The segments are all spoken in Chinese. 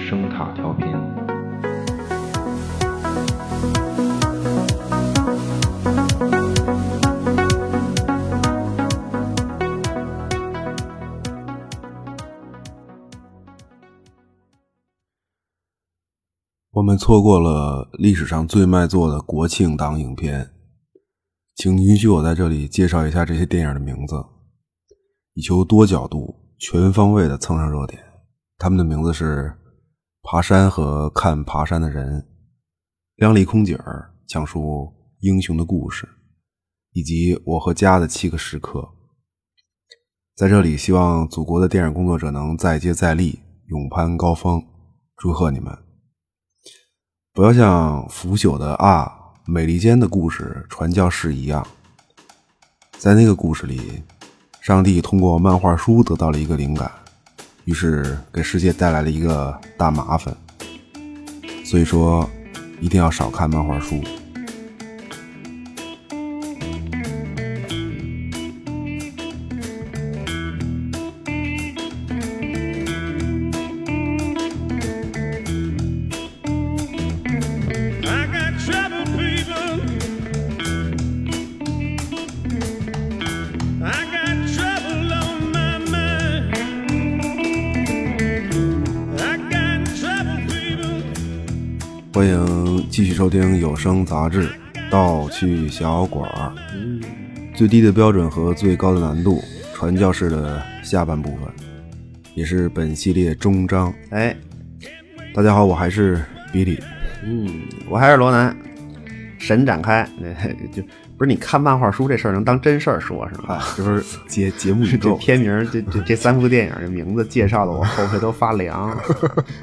声塔调频。我们错过了历史上最卖座的国庆档影片，请允许我在这里介绍一下这些电影的名字，以求多角度、全方位的蹭上热点。他们的名字是《爬山和看爬山的人》《靓丽空姐儿》，讲述英雄的故事，以及我和家的七个时刻。在这里，希望祖国的电影工作者能再接再厉，勇攀高峰。祝贺你们！不要像腐朽的啊美利坚的故事传教士一样，在那个故事里，上帝通过漫画书得到了一个灵感，于是给世界带来了一个大麻烦。所以说，一定要少看漫画书。 I got trouble, people. I got trouble on my mind. I got trouble, people. 欢迎继续收听有声杂志《盗趣小馆儿》，最低的标准和最高的难度，传教士的下半部分，也是本系列终章。哎，大家好，我还是比利。嗯，我还是罗南，神展开，就不是你看漫画书这事儿能当真事儿说是啊吗？，这不是节节目宇这宙，片名儿，这这这三部电影的名字介绍的我后背都 发凉。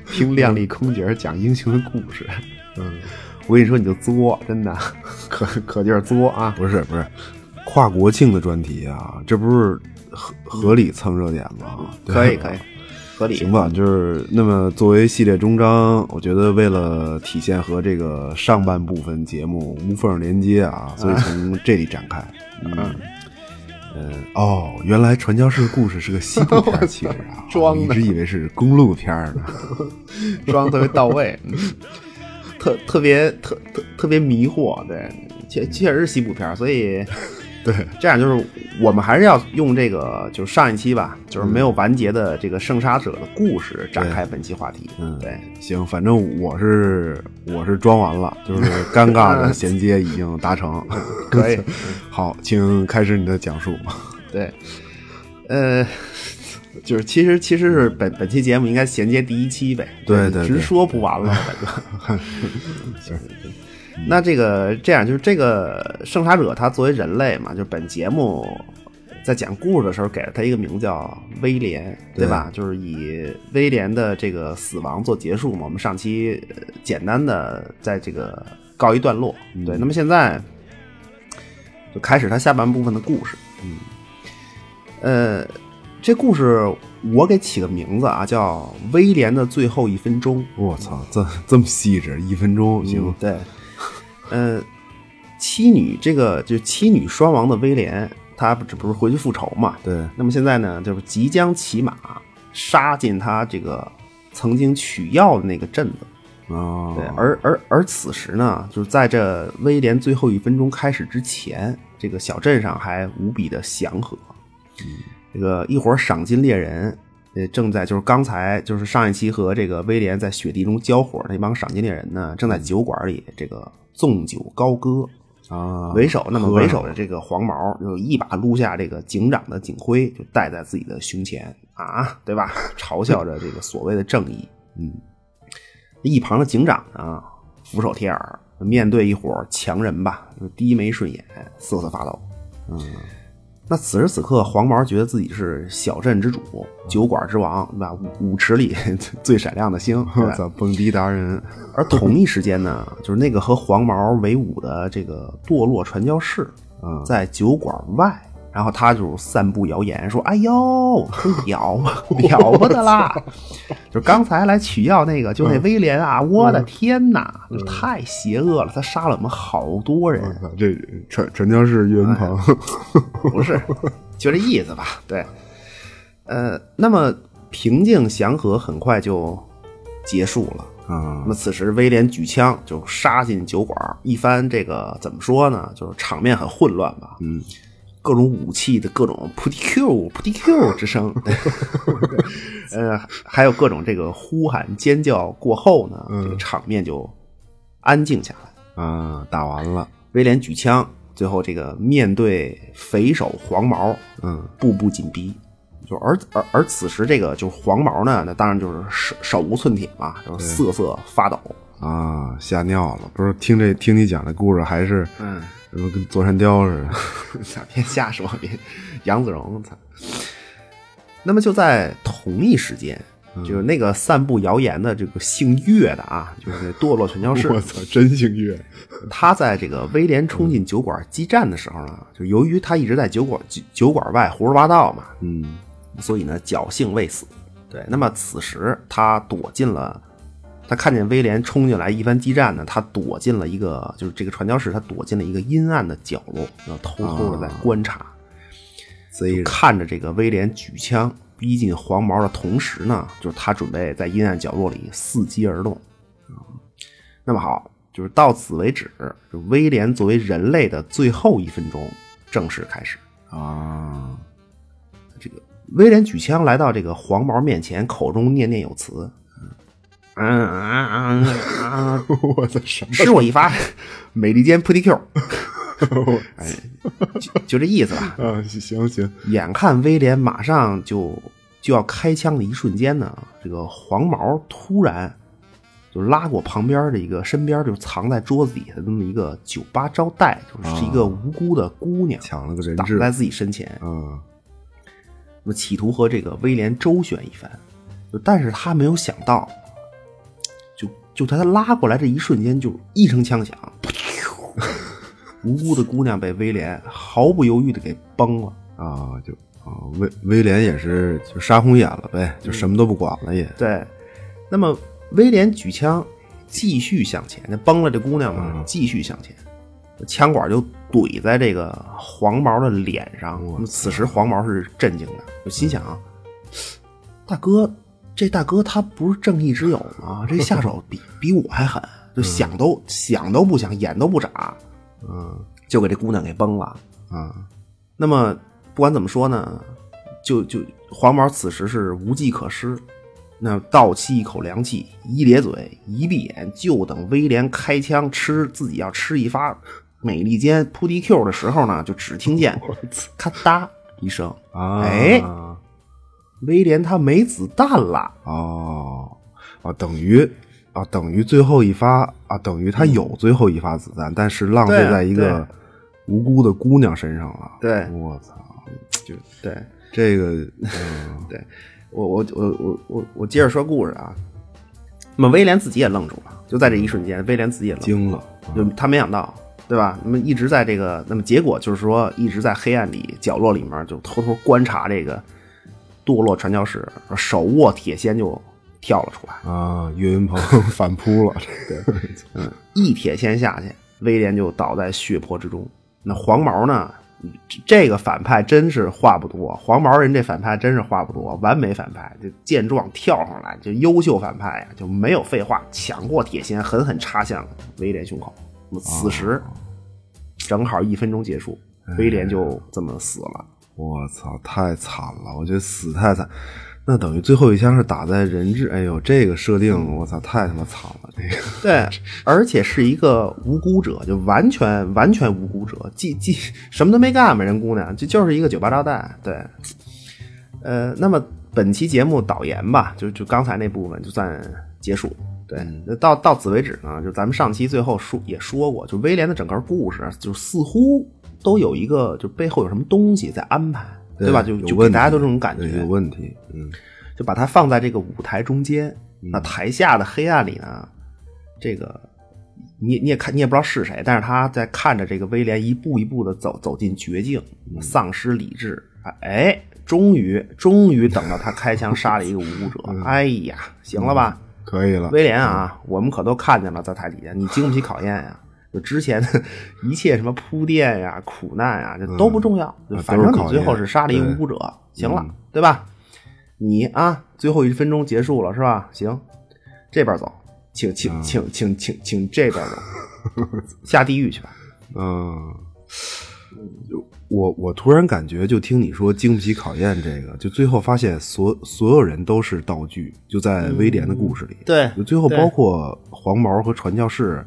听靓丽空姐儿讲英雄的故事，嗯，我跟你说你就作，真的，可可劲儿作啊！不是不是跨国庆的专题啊，这不是合合理蹭热点吗？对嗯可以可以，合理。行吧，就是那么作为系列终章，我觉得为了体现和这个上半部分节目无缝连接嗯啊，所以从这里展开。嗯，嗯，哦，原来传教士的故事是个西部 片儿气质啊，装我一的直以为是公路片儿呢。装得特别到位，嗯特特别特特特别迷惑，对，确确实是西部片儿，所以对，这样就是我们还是要用这个，就是上一期吧，就是没有完结的这个圣杀者的故事展开本期话题，嗯对，行，反正我是我是装完了，就是尴尬的衔接已经达 成，可以好，请开始你的讲述。对，呃。就是其实其实是本本期节目应该衔接第一期呗，对对对直说不完了，我感 觉。那这个这样就是这个圣杀者，他作为人类嘛，就是本节目在讲故事的时候给了他一个名叫威廉，对吧？就是以威廉的这个死亡做结束嘛。我们上期呃简单的在这个告一段落，对。那么现在就开始他下半部分的故事，嗯，呃，这故事我给起个名字啊，叫《威廉的最后一分钟》。我操，这这么细致，一分钟行。嗯对，呃，妻女这个就是妻女双亡的威廉，他不只不是回去复仇嘛？对，那么现在呢，就是即将骑马杀进他这个曾经取药的那个镇子。啊，对，而而而此时呢，就是在这威廉最后一分钟开始之前，这个小镇上还无比的祥和。这个一伙赏金猎人，呃，正在就是刚才就是上一期和这个威廉在雪地中交火的那帮赏金猎人呢，正在酒馆里这个纵酒高歌。啊，为首，那么喝上为首的这个黄毛就一把撸下这个警长的警徽，就戴在自己的胸前啊，对吧？嘲笑着这个所谓的正义，嗯。一旁的警长呢，俯首帖耳，面对一伙强人吧，就低眉顺眼，瑟瑟发抖。嗯那此时此刻，黄毛觉得自己是小镇之主，酒馆之王，对吧？舞舞池里 最闪亮的星，对我吧操，蹦迪达 人，而同一时间呢，就是那个和黄毛为伍的这个堕落传教士，嗯在酒馆外，然后他就散布谣言说：“哎呦，了了不得啦！就是刚才来取药那个，就那威廉啊，我的天哪，就是太邪恶了，他杀了我们好多人。”我操，这传传教士岳云鹏， 不是，就这意思吧？对，呃，那么平静祥和很快就结束了。那嗯么此时威廉举枪就杀进酒馆，一番这个怎么说呢？就是场面很混乱吧。嗯，各种武器的各种扑 t q 扑 t q 之声，呃，还有各种这个呼喊尖叫过后呢，嗯这个场面就安静下来。啊，打完了，威廉举枪，最后这个面对匪首黄毛，嗯，步步紧逼。就而而而此时这个就是黄毛呢，那当然就是手手无寸铁嘛，就是瑟瑟发抖。啊，吓尿了，不是听这听你讲这故事，还是嗯，怎么跟座山雕似的？咱别瞎说，别杨子荣，操！那么就在同一时间，就是那个散布谣言的这个姓岳的啊， 就是堕落传教士， 我操，真姓岳他在这个威廉冲进酒馆激战的时候呢，就由于他一直在酒馆酒酒馆外胡说八道嘛，嗯，所以呢侥幸未死。对，那么此时他躲进了，他看见威廉冲进来一番激战呢，他躲进了一个就是这个传教士，他躲进了一个阴暗的角落，然后偷偷啊的在观察，贼人看着这个威廉举枪逼近黄毛的同时呢，就是他准备在阴暗角落里伺机而动。那么好，就是到此为止，就威廉作为人类的最后一分钟正式开始。啊，威廉举枪来到这个黄毛面前，口中念念有词：“嗯啊啊啊！我操，什么？吃 我一发， 美利坚菩提 Q。”哎，就就这意思吧。啊，行行，眼看威廉马上就就要开枪的一瞬间呢，这个黄毛突然就拉过旁边的一个身边就藏在桌子底下的那么一个酒吧招待，就是是一个无辜的姑娘，抢了个人挡质在自己身前，啊，那么企图和这个威廉周旋一番，就但是他没有想到，就就他拉过来这一瞬间，就一声枪响，无辜的姑娘被威廉毫不犹豫的给崩了。啊，就啊，威威廉也是就杀红眼了呗，就什么都不管了也。对，那么威廉举枪继续向前，那崩了这姑娘嘛，继续向前，枪管就怼在这个黄毛的脸上。那么此时黄毛是震惊的，就心想啊，大哥，这大哥他不是正义之友吗？这下手比比我还狠，就想都、想都不想，眼都不眨，嗯就给这姑娘给崩了。啊，那么不管怎么说呢，就就黄毛此时是无计可施，那倒吸一口凉气，一咧嘴，一闭眼，就等威廉开枪吃自己要吃一发美利坚扑地 Q 的时候呢，就只听见咔嗒一声，啊，哎威廉他没子弹了。哦，啊，等于啊，等于最后一发啊，等于他有最后一发子弹，但是浪费嗯对啊在一个对无辜的姑娘身上了。对我操，对，这个嗯 我我我我我我接着说故事啊。那么威廉自己也愣住了，就在这一瞬间，威廉自己也愣住了惊了，就他没想到，对吧？那么一直在这个，那么结果就是说一直在黑暗里角落里面就偷偷观察这个堕落传教士，手握铁锨就跳了出来，啊，岳云鹏 反扑 了，这个一铁锨下去，威廉就倒在血泊之中。那黄毛呢？这这个反派真是话不多，黄毛人这反派真是话不多，完美反派，就见状跳上来，就优秀反派呀、就没有废话，抢过铁锨，狠狠插向威廉胸口。那么此时、正好一分钟结束，威廉就这么死了。我操，太惨了，我觉得死太惨。那等于最后一枪是打在人质，哎呦，这个设定，我操，太他妈惨了，这个 对，而且是一个无辜者，就完全完全无辜者，既既什么都没干嘛，人姑娘就就是一个酒吧招待。对，呃，那么本期节目导言吧，就就刚才那部分就算结束。对，嗯那到到此为止呢，就咱们上期最后说也说过，就威廉的整个故事，就似乎都有一个就背后有什么东西在安排， 对吧？就有就给问题大家都这种感觉，对有问题，嗯，就把它放在这个舞台中间。那台下的黑暗里呢，这个你你也看你也不知道是谁，但是他在看着这个威廉一步一步的走走进绝境，丧失理智啊！哎，终于终于等到他开枪杀了一个无辜者，哎呀，行了吧？可以了，威廉啊，我们可都看见了，在台底下，你经不起考验呀、就之前的一切什么铺垫呀、苦难呀，这都不重要，就啊反都是正考你最验后是杀了一个对嗯无辜者，行了，对吧？你啊，最后一分钟结束了是吧？行，这边走，请嗯请请请请请这边 走，下地狱去吧。嗯，我我突然感觉，就听你说经不起考验这个，就最后发现所所有人都是道具，就在嗯威廉的故事里，对就最后对包括黄毛和传教士，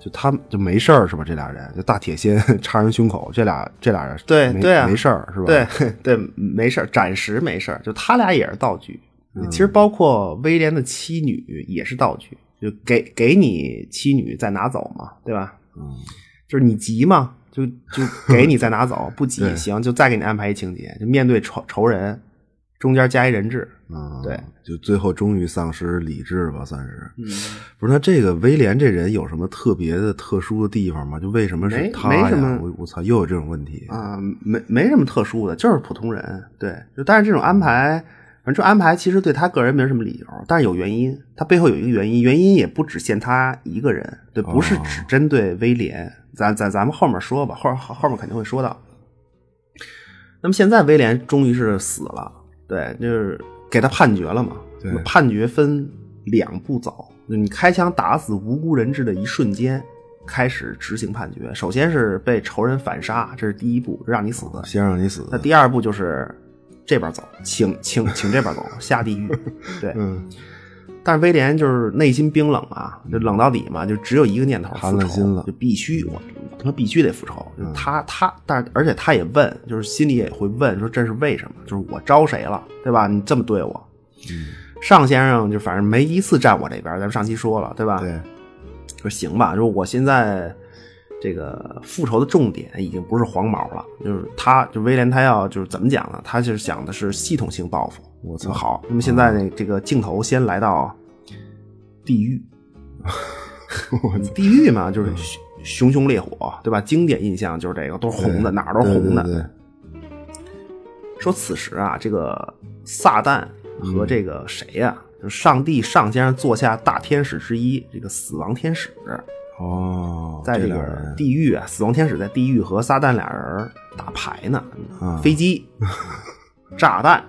就他们就没事儿是吧？这俩人就大铁锨 插人胸口，这俩这俩人对没对啊没事儿是吧？对 对，没事儿，暂时没事儿，就他俩也是道具。嗯其实包括威廉的妻女也是道具，就给给你妻女再拿走嘛，对吧？嗯，就是你急嘛，就就给你再拿走，不急 对行，就再给你安排一情节，就面对仇仇人，中间加一人质。嗯，对，就最后终于丧失理智吧，算是。嗯， 不是，那这个威廉这人有什么特别的、特殊的地方吗？就为什么没是他没呀？什么我我操，又有这种问题！啊、没没什么特殊的，就是普通人。对，就但是这种安排，反正这安排其实对他个人没什么理由，但是有原因，他背后有一个原因，原因也不只限他一个人，对，不是哦只针对威廉。咱咱咱们后面说吧，后后后面肯定会说到。那么现在威廉终于是死了，对，就是给他判决了嘛。对那判决分两步走，就你开枪打死无辜人质的一瞬间开始执行判决。首先是被仇人反杀，这是第一步，让你死。先让你死那，第二步就是这边走，请请请这边走，下 地狱。对，嗯，但是威廉就是内心冰冷啊，就冷到底嘛，就只有一个念头，寒复了仇，心了嗯就必须我他妈必须得复仇。就是他他，但是而且他也问，就是心里也会问，说这是为什么？就是我招谁了，对吧？你这么对我，尚先生就反正没一次站我这边，咱们上期说了，对 吧？对，说行吧，就是我现在这个复仇的重点已经不是黄毛了，就是他，就威廉他要就是怎么讲呢？他就是想的是系统性报复。我操那好，那么现在呢，这个镜头先来到地 狱，地狱嘛，就是熊熊熊烈火，对吧？经典印象就是这个，都是红的，对哪儿都是红的。对对对说此时啊，这个撒旦和这个谁呀、就是上帝上先生座下大天使之一，这个死亡天使，哦，在这俩个人地狱啊，死亡天使在地狱和撒旦俩人打牌呢，啊 飞机、炸弹，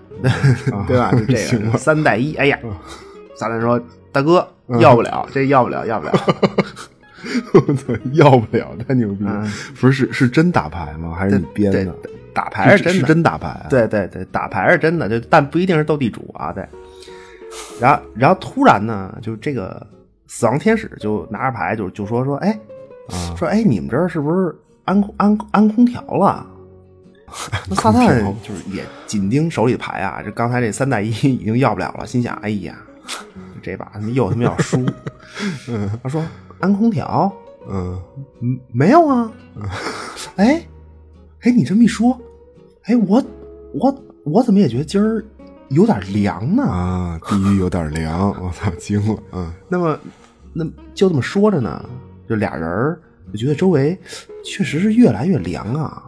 对吧？就这个三带一。哎呀，啊撒旦说：“大哥，嗯要不了，这要不了，要不了。我操， 要不了，太牛逼了！嗯不是是是真打牌吗？还 是你”编对的？，打牌是真是的，真打牌啊？对对对，打牌是真的，就但不一定是斗地主啊，对。然后然后突然呢，就这个死亡天使就拿着牌就就说说，哎，说哎，你们这儿是不是安安安空调了？那撒旦就是也紧盯手里的牌啊，这刚才这三带一已经要不了了，心想，哎呀，这把他妈又他妈要输。他说安空调，嗯，嗯，没有啊。哎，哎，你这么一说，哎，我我我怎么也觉得今儿有点凉呢？啊，地狱有点凉，我操，惊了，嗯，那么，那么就这么说着呢，就俩人儿就觉得周围确实是越来越凉啊。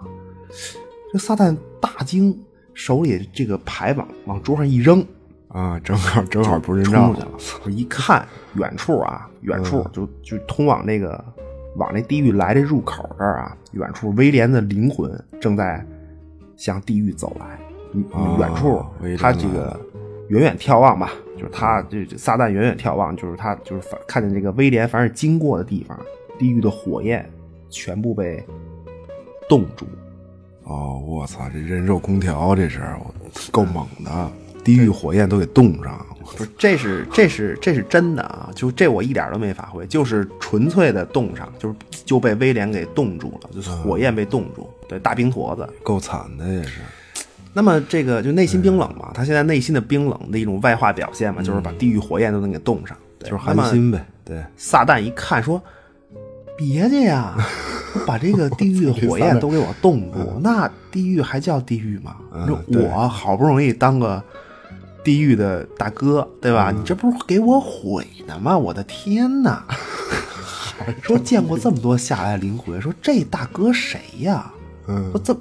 这撒旦大惊，手里这个牌往往桌上一扔，啊，正好正好不认冲账出去了。我一看远处啊，远处嗯就就通往那个往那地狱来这入口这儿啊，远处威廉的灵魂正在向地狱走来。你哦你远处威廉他这来了个远远眺望吧，就是他这这撒旦远远眺望，就是他就是反看见这个威廉，凡是经过的地方，地狱的火焰全部被冻住。哦，我操，这人肉空调这是我够猛的，地狱火焰都给冻上，我不是，这是这是这是真的啊！就这我一点都没发挥，就是纯粹的冻上，就是就被威廉给冻住了，就是火焰被冻住，对，大冰坨子。够惨的也是，那么这个就内心冰冷嘛，他现在内心的冰冷的一种外化表现嘛，就是把地狱火焰都能给冻上，对就是寒。心呗，对，撒旦一看说：“别介 呀，把这个地狱的火焰都给我冻住，那地狱还叫地狱吗？嗯说对我好不容易当个地狱的大哥，对吧？嗯你这不是给我毁呢吗？我的天 哪！说见过这么多下来的灵魂，说这大哥谁呀？嗯说这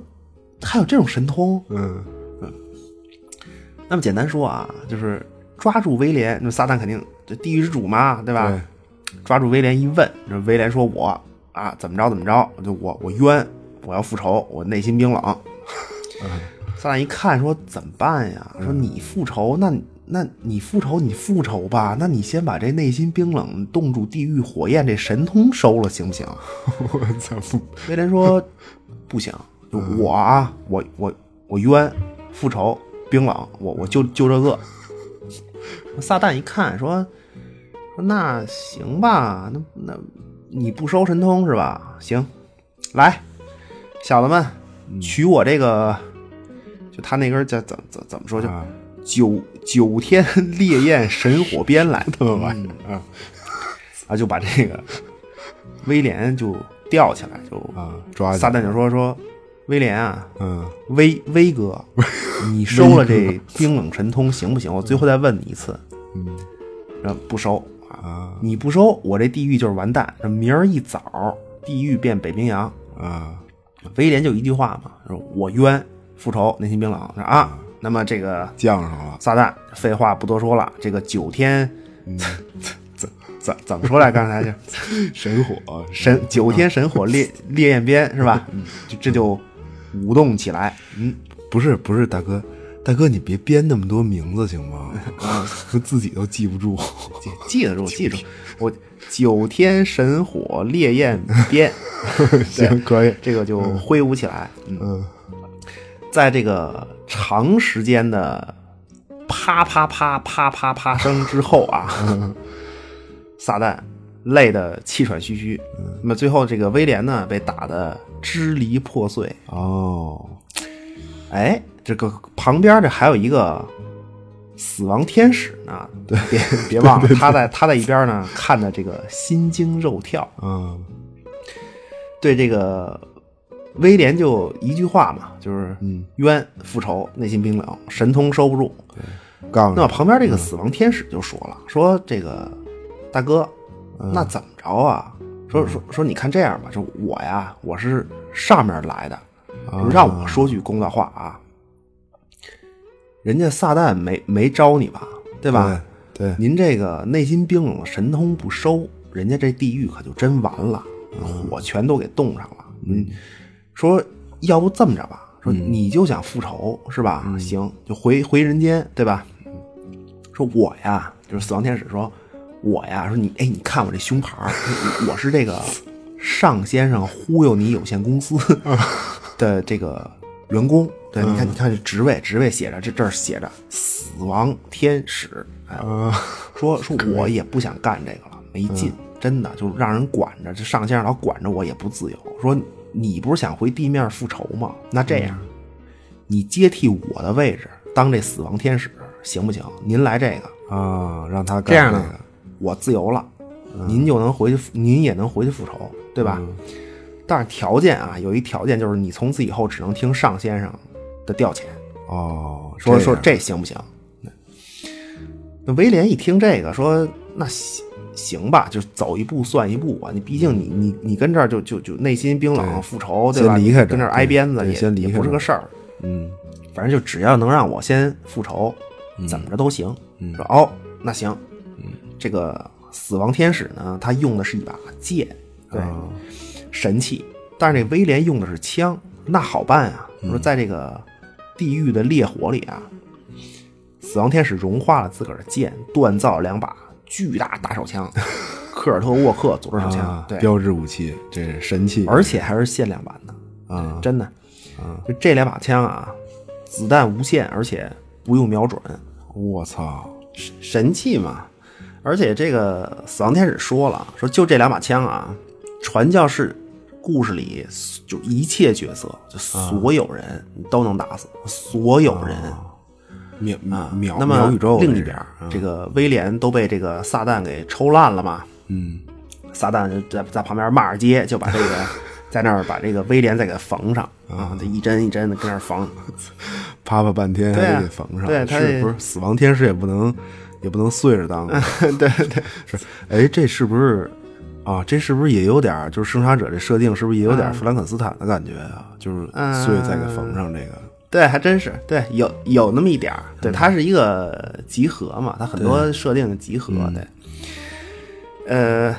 还有这种神通？嗯那么简单说啊，就是抓住威廉，那撒旦肯定这地狱之主嘛，对吧？抓住威廉一问，这威廉说我啊怎么着怎么着，就我我冤，我要复仇，我内 心冰冷。撒旦一看说怎么办呀？说你复仇，那那你复仇，你复仇吧。那你先把这内心冰冷、冻住地狱火焰这神通收了，行不行？我操，不威廉说：“不行，就嗯我啊，我我我冤，复仇，冰冷，我我就就这个。”撒旦一看说：“说那行吧，那那你不收神通是吧？行，来，小子嗯们，取我这个，就他那根儿叫怎怎怎么说就。啊九九天 烈焰神火鞭来，他妈嗯玩意儿啊！啊，就把这个威廉就吊起来，就啊抓起来撒旦就说说，威廉啊，嗯，威威哥，你收了这冰冷神通行不行？我最后再问你一次。嗯，然后不收啊，你不收，我这地狱就是完蛋。这明儿一早，地狱变北冰洋。啊，威廉就一句话嘛，说我冤，复仇，内心冰冷。说啊，那么这个犟上了，撒旦，废话不多说了，这个九天， 怎怎怎么说来？刚才就神火神九天神火烈烈焰鞭是吧？这这就舞动起来，嗯，不是不是，大哥，大哥，你别编那么多名字行 吗？我自己都记不住。记记得住，记住，我九天神火烈焰鞭， 行，可以，这个就挥舞起来，嗯，嗯在这个长时间的啪啪啪啪啪啪声之后嗯啊，撒旦累得气喘吁吁。那么最后这个威廉呢，被打得支离破碎。哦，哎，这个旁边这还有一个死亡天使呢， 对，别别忘了他在他在一边呢，看的这个心惊肉跳。嗯对这个威廉就一句话嘛，就是嗯冤复仇，内心冰冷，神通收不住。杠那么旁边这个死亡天使就说了，说这个大哥，那怎么着啊？说说说，你看这样吧，就我呀，我是上面来的，让我说句公道话啊，人家撒旦没没招你吧，对对吧？？对，您这个内心冰冷的神通不收，人家这地狱可就真完了，火全都给冻上了。嗯，说要不这么着吧，说你就想复仇是吧？行，就回回人间，对吧？说我呀，就是死亡天使说，我呀，说你，哎，你看我这胸牌儿， 我我是这个尚先生忽悠你有限公司的这个员工。对，你看，你看这职位，职位写着，这这儿写着死亡天使。哎，啊，说说我也不想干这个了，没劲，真的就让人管着，这上线老管着我也不自由。说你不是想回地面复仇吗？那这样，你接替我的位置当这死亡天使行不行？您来这个，啊，让他干这样呢嗯个，我自由了，您就能回去复，您也能回去复仇，对吧？但是条件啊，有一条件就是你从此以后只能听尚先生的调遣。哦，说样说这行不行？那威廉一听这个，说那行行吧，就走一步算一步吧。你毕竟你你你跟这儿就就就内心冰冷复仇，对吧？先离开这儿跟这儿挨鞭子对也先离开也不是这儿个事儿。嗯反正就只要能让我先复仇，怎么着都行。嗯说哦，那行。这个死亡天使呢，他用的是一把剑，对，啊神器。但是这威廉用的是枪，那好办啊。嗯说在这个地狱的烈火里啊，死亡天使融化了自个儿的剑，锻造两把巨大大手 枪，科尔特沃克左轮手枪，啊，对，标志武器，这是神器，而且还是限量版的。啊真的，就这两把枪啊，子弹无限，而且不用瞄准，我操，神神器嘛。而且这个死亡天使说了，说就这两把枪啊，传教士故事里就一切角色，就所有人你都能打死，所有人。秒啊哦秒那秒么宇宙，另这一是边儿，这个威廉都被这个撒旦给抽烂了嘛。嗯撒旦就在在旁边骂着街，就把这个在那儿把这个威廉再给缝上 啊，嗯这一针一针的跟那儿缝。啪啪半天还对啊得给缝上，对他是也不是死亡天使也不能 也不能碎着当啊？ 对对，是，哎，这是不是啊？这是不是也有点儿就是生杀者这设定是不是也有嗯点儿弗兰肯斯坦的感觉啊？就是碎再给缝上这个，对，还真是对，有有那么一点儿。嗯对，它是一个集合嘛，它很多设定的集合。嗯对，呃，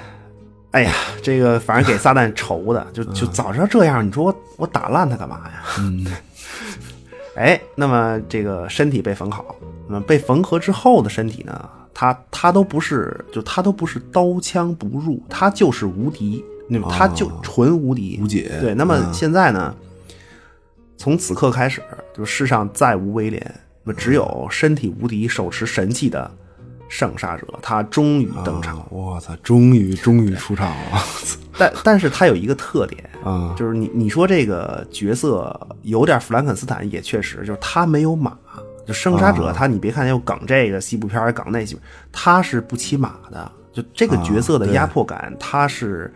哎呀，这个反正给撒旦愁的， 嗯就就早知道这样，你说我我 打烂它干嘛呀？嗯。哎，那么这个身体被缝好，那被缝合之后的身体呢，他他都不是，就他都不是刀枪不入，他就是无敌，那么他就纯无敌，哦无解嗯对，那么现在呢，从此刻开始，就世上再无威廉，那么只有身体无敌、手持神器的圣杀者，他终于登场。啊我操，终于终于出场了， 但但是他有一个特点，啊就是你你说这个角色有点弗兰肯斯坦，也确实，就是他没有马。就生杀者他，你别看又港这个西部片儿，港那西部，他是不骑马的。就这个角色的压迫感，他是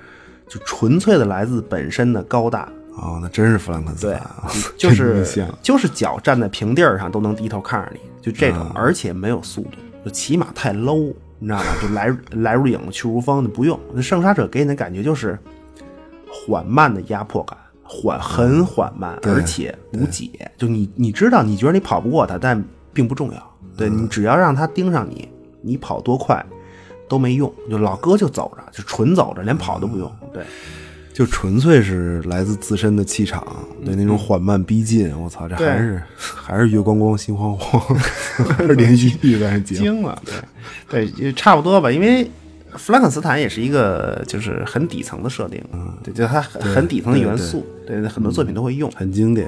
就纯粹的来自本身的高大。哦，那真是弗兰肯斯对坦啊， 就真是的像就是脚站在平地儿上都能低头看着你，就这种啊，而且没有速度，就骑马太 low，你知道吗？就来 来如影去如风，你不用。那圣杀者给你的感觉就是缓慢的压迫感，缓很缓慢，嗯对而且无解。就你你知道，你觉得你跑不过他，但并不重要。对嗯你只要让他盯上你，你跑多快都没用。就老哥就走着，就纯走着，连跑都不用。嗯对。就纯粹是来自自身的气场，对那种缓慢逼近，我操，这嗯对还是还是月光光心慌 慌，还是连续剧在节目。惊了，对，对，也差不多吧，因为。弗兰肯斯坦也是一个，就是很底层的设定，嗯对，就它很很底层的元素，对，嗯很多作品都会用。很经典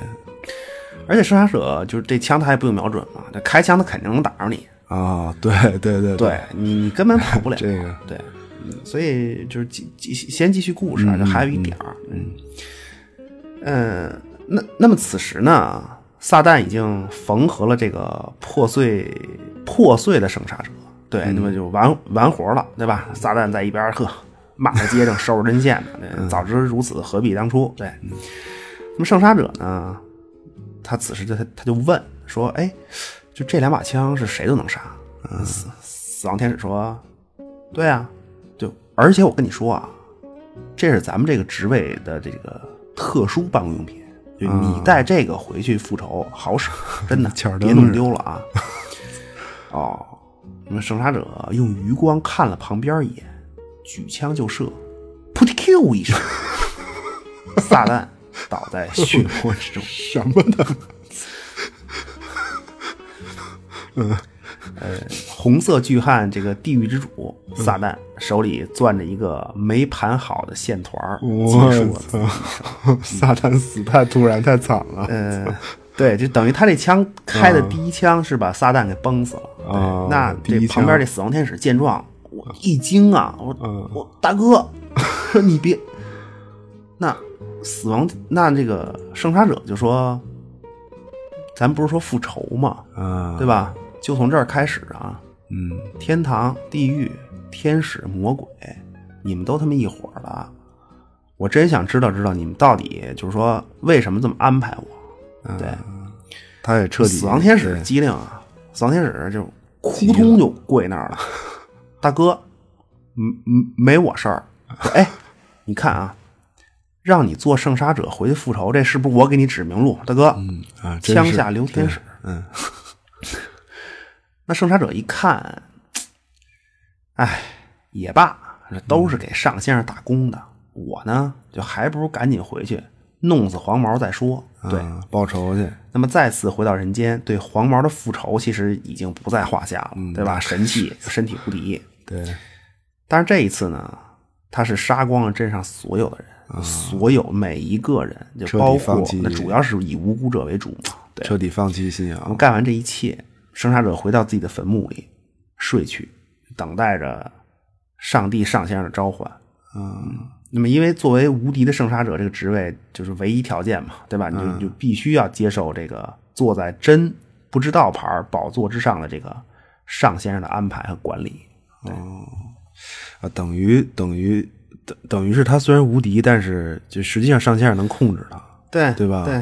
而且生杀者就是这枪他也不用瞄准嘛，这开枪他肯定能打着你，啊！对对对对你你根本跑不 了。这个对，嗯所以就是继继先继续故事啊，这还有一点儿，嗯，呃，那那么此时呢，撒旦已经缝合了这个破碎破碎的生杀者，对，那么就完完活了，对吧？撒旦在一边儿呵骂在街上收拾针线呢，对早知如此何必当初，嗯对。那么圣杀者呢，他此时就他他就问说，哎，就这两把枪是谁都能杀？嗯死死亡天使说，对啊，就而且我跟你说啊，这是咱们这个职位的这个特殊办公用品，就你带这个回去复仇好使，真的巧儿，灯别弄丢了啊。哦，那么圣杀者用余光看了旁边一眼，举枪就射，噗嚏 Q 一声，撒旦倒在血泊之中。什么的，红色巨汉这个地狱之主撒嗯旦手里攥着一个没盘好的线团儿，结我束了自己操！撒旦死太突然，太惨了。呃，对，就等于他这枪开的第一枪是把撒旦给崩死了。对啊那第这一枪旁边这死亡天使见状，我一惊啊，我、嗯我大哥，你别，那死亡那这个生杀者就说，咱不是说复仇吗？啊，对吧？就从这儿开始啊，嗯，天堂、地狱、天使、魔鬼，你们都他妈一伙儿了。我真想知道知道你们到底就是说为什么这么安排我？嗯对，他也彻底死亡天使机灵啊，死亡天使就扑通就跪那儿 了。大哥，嗯嗯，没我事儿。说哎，你看啊，让你做圣杀者回去复仇，这是不是我给你指明路？大哥，啊，真是枪下留天使。嗯， 那圣杀者一看，哎，也罢，这都嗯是给上先生打工的。我呢，就还不如赶紧回去弄死黄毛再说。对，啊报仇去，那么再次回到人间，对黄毛的复仇其实已经不在话下了，嗯对吧？神器， 身体无敌。对，但是这一次呢，他是杀光了镇上所有的人，所有每一个人，就嗯彻底包括放弃那主要是以无辜者为主嘛。对，彻底放弃信我们仰。干完这一切，生杀者回到自己的坟墓里睡去，等待着上帝上仙的召唤。嗯，那么，因为作为无敌的圣杀者这个职位就是唯一条件嘛，对吧？你就你就必须要接受这个坐在真不知道牌宝座之上的这个上先生的安排和管理。啊，等于等于等等于是他虽然无敌，但是就实际上上线能控制他，对对吧？对，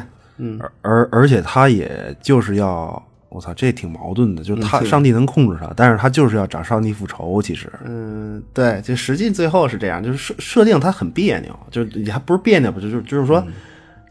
而而而且他也就是要，我操，这挺矛盾的，就是嗯他上帝能控制他，但是他就是要找上帝复仇，其实嗯，对，就实际最后是这样，就是设设定它很别扭，就是也还不是别扭吧，就就就是说，嗯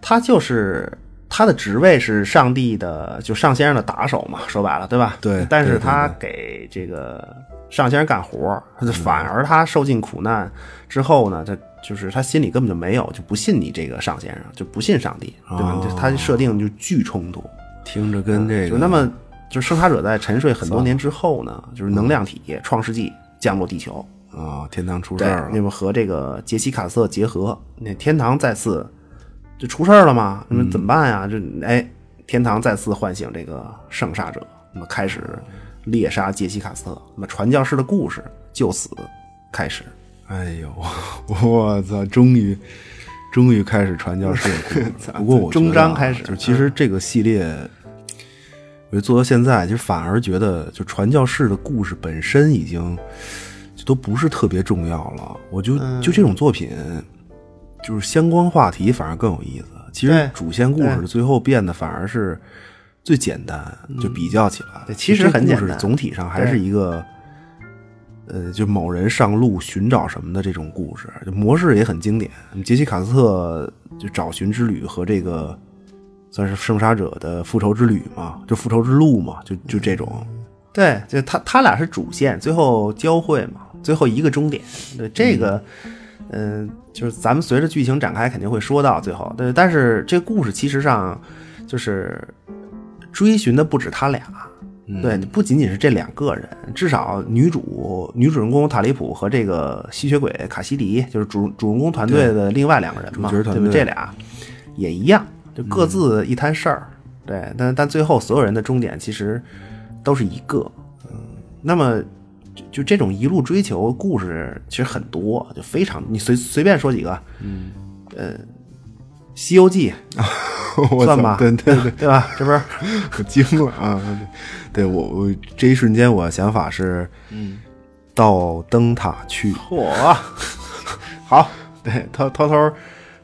他就是他的职位是上帝的，就上先生的打手嘛，说白了，对吧？对但是对对嗯他给这个上先生干活，他就反而他受尽苦难之后呢，他就是他心里根本就没有就不信你这个上先生，就不信上帝，对吧？就他设定就巨冲突，哦听着跟这嗯就个那么就是生产者在沉睡很多年之后呢，就是能量体创世纪降落地球，啊，天堂出事对儿，那了，么和这个杰西卡瑟结合，那天堂再次这出事儿了吗？那么怎么办呀？嗯这哎，天堂再次唤醒这个圣煞者，那么开始猎杀杰西卡瑟，那么传教士的故事就此开始。哎呦，我操，终于终于开始传教士的故 事了。不过我觉得啊终章开始嗯就是其实这个系列，我觉得做到现在，就反而觉得就传教士的故事本身已经就都不是特别重要了。我就嗯就这种作品，就是相关话题反而更有意思。其实对主线故事对最后变得反而 是最简单，就比较起来，嗯对其实这很简故事单总体上还是对一个，呃，就某人上路寻找什么的这种故事，就模式也很经典。杰西卡斯特就找寻之旅和这个算是圣杀者的复仇之旅嘛，就复仇之路嘛，就就这种。嗯对，就他他俩是主线，最后交汇嘛，最后一个终点。对这个，嗯、就是咱们随着剧情展开肯定会说到最后。对，但是这故事其实上就是追寻的不止他俩，嗯对，不仅仅是这两个人，至少女主女主人公塔利普和这个吸血鬼卡西迪，就是主主人公团队的另外两个人嘛，主角对团不对？队嗯这俩也一样，就各自一摊事儿。对，但但最后所有人的终点其实都是一个。嗯，那么就就这种一路追求故事其实很多，就非常你随随便说几个，嗯，呃，《西游记 我》算操吧，对 对对，对吧？这不是我惊了啊！对我我这一瞬间我想法是，嗯，到灯塔去，嚯，好，对，偷偷偷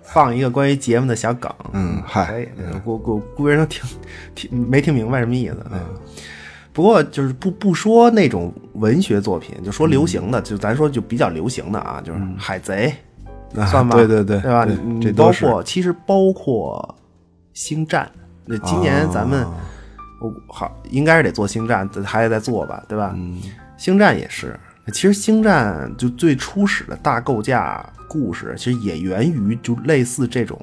放一个关于节目的小梗，嗯，可嗨以，，估估估别人都听听没听明白什么意思。嗯，不过就是不不说那种文学作品，就说流嗯行的，就咱说就比较流行的啊，就是《海贼》啊算吧，对对对对吧？对你这你都包是括其实包括《星战》，那今年咱们、啊我好应该是得做《星战》，还得再做吧，对吧？嗯，《星战》也是，其实《星战》就最初始的大构架故事，其实也源于就类似这种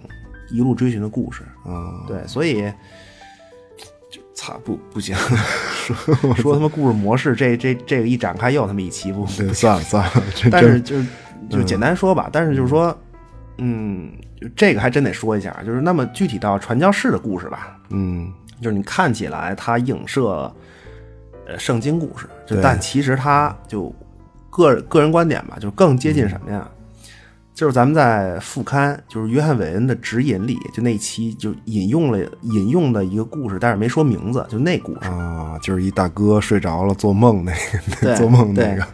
一路追寻的故事。嗯啊，对，所以就擦不不行，说说他妈故事模式，这这这个一展开又他妈一期不，对，算了算了，这但真是就是就简单说吧，但是就是说，嗯，就这个还真得说一下，啊就是那么具体到传教士的故事吧，嗯，就是你看起来它影射呃圣经故事，就对但其实它就个个人观点吧，就是更接近什么嗯呀？就是咱们在副刊，就是约翰·韦恩的指引里，就那一期就引用了引用的一个故事，但是没说名字，就那故事。啊，就是一大哥睡着了做梦那个，对做梦那个，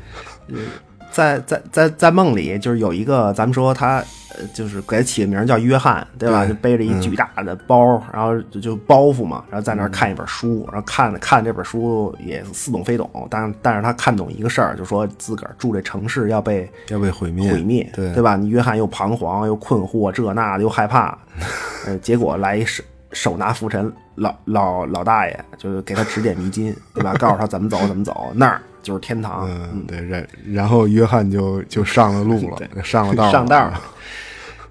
在在在在梦里，就是有一个，咱们说他，呃，就是给他起的名儿叫约翰，对吧？就背着嗯一巨大的包，然后就就包袱嘛，然后在那儿看一本书，然后看看这本书也似懂非懂，但但是他看懂一个事儿，就说自个儿住这城市要被要被毁灭，毁灭，对对？吧？你约翰又彷徨又困惑，这那的又 害怕，呃，结果来一手手拿拂尘老老老大爷，就是给他指点迷津，对吧？告诉他怎么走怎么走，那儿就是天堂，嗯，对，然然后约翰就就上了 路了，上了道儿上道儿了，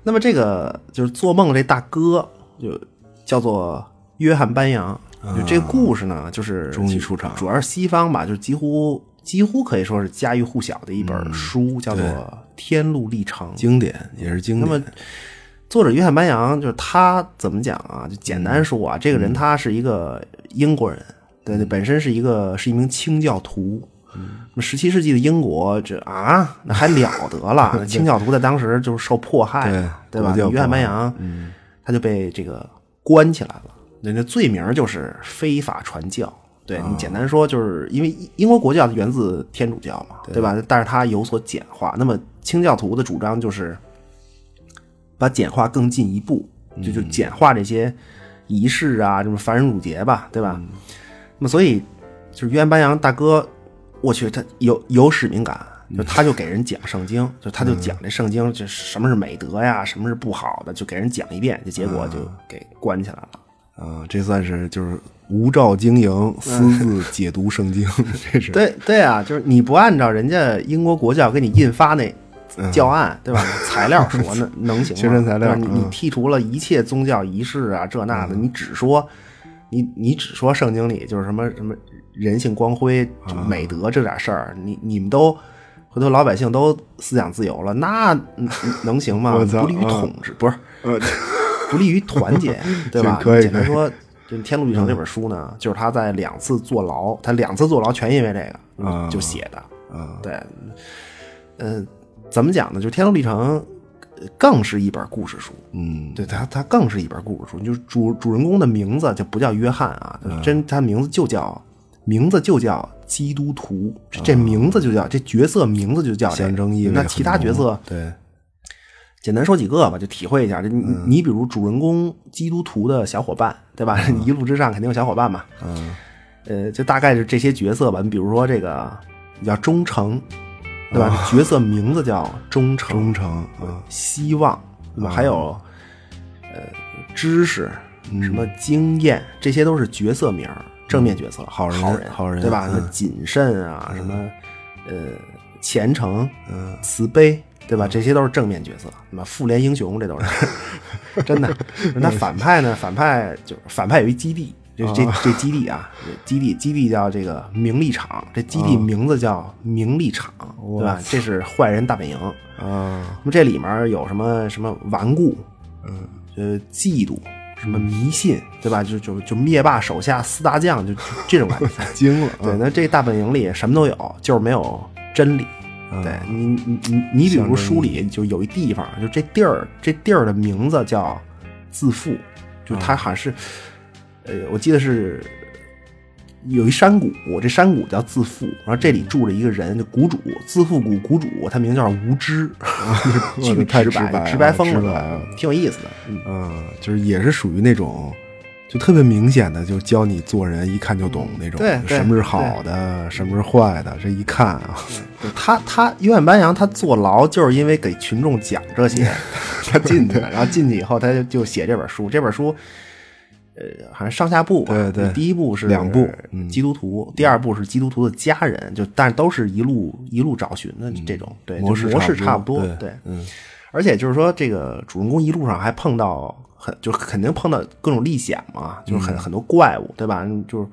那么这个就是做梦这大哥，就叫做约翰·班扬。就这个故事呢，就是啊终于出场主要是西方吧，就几乎几乎可以说是家喻户晓的一嗯本书，叫做《天路历程》。经典也是经那么典，作者约翰·班扬就是他怎么讲啊？就简单说啊，这个嗯人他是一个英国人，对对，本身是一个是一名清教徒。嗯那么十七世纪的英国，这啊，那还了得了？ 那清教徒在当时就是受迫害嘛，对对吧？国教迫嗯约翰·班扬，他就被这个关起来了。人家罪名就是非法传教。对啊你简单说，就是因为英国国教源自天主教嘛，对吧？但是它有所简化。那么清教徒的主张就是把简化更进一步，就就简化这些仪式啊，什么凡人辱节吧，对吧？那么所以就是约翰班扬大哥，我去，他有有使命感，就他就给人讲圣经，就他就讲这圣经，这什么是美德呀，什么是不好的，就给人讲一遍，就结果就给关起来了。啊，这算是就是无照经营，私自解读圣经，这是对对啊，就是你不按照人家英国国教给你印发那教案，对吧？材料说那能行嗯吗？修真材料对吧你你嗯剔除了一切宗教仪式啊，这那的，你只说你你只说圣经里就是什么什么人性光辉、啊美德这点事儿，你你们都回头老百姓都思想自由了，那 能能行吗？我操不利于嗯统治，不是呃，不利于团结，对吧？ 行可以简单可以说，就《天路历程》这本书呢，就是他在两次坐牢，他两次坐牢全因为这啊个就写的。啊，对，嗯、怎么讲呢？就是《天路历程》更是一本故事书，嗯，对它它更是一本故事书。就是主主人公的名字就不叫约翰啊，真他名字就叫名字就叫基督徒，这这名字就叫这角色名字就叫这啊个嗯象征意味那很其他角浓啊色对，简单说几个吧，就体会一下。这你、你比如主人公基督徒的小伙伴，对吧？ 一路之上肯定有小伙伴嘛。嗯，呃，就大概是这些角色吧。你比如说这个你叫忠诚，对吧？这角色名字叫忠诚，忠诚啊，希望，对吧？还有呃，知识，嗯什么经验，这些都是角色名儿，正面角色，好人好人，好人对吧？嗯什么谨慎啊，什么呃，虔诚，嗯，慈悲，对吧？这些都是正面角色，那么复联英雄这 都是真的。嗯那反派呢？反派就是反派有一基地，这这这基地啊，这基地基地叫这个名利场，这基啊地名字叫名利场，对吧？这是坏人大本营。啊，那么这里面有什么什么顽固，嗯，呃，嫉妒，什么迷信，对吧？就就就灭霸手下四大将，就就这种感觉。惊了，嗯对，那这大本营里什么都有，就是没有真理。嗯对你，你你你比如书里就有一地方，就这地儿，这地儿的名字叫自负，嗯就它好像是，呃，我记得是有一山谷，这山谷叫自负，然后这里住着一个人，就谷主，自负谷谷主，他名叫无知， 我巨的嗯太直直白白，了直白疯直白了了，挺有意思的。嗯嗯，就是也是属于那种，就特别明显的，就教你做人，一看就懂那种。嗯对对什么是好的，什么是坏的，这一看啊， 他他永远班扬他坐牢就是因为给群众讲这些， 他进去，然后进去以后他就就写这本书，这本书。呃，好像上下部吧。对对第一部是两部嗯基督徒，第二部是基督徒的家人，就但是都是一路一路找寻的这种，对就嗯模式模式差不多，对，嗯而且就是说，这个主人公一路上还碰到很，就是肯定碰到各种历险嘛，就嗯是很、很多怪物，对吧？就是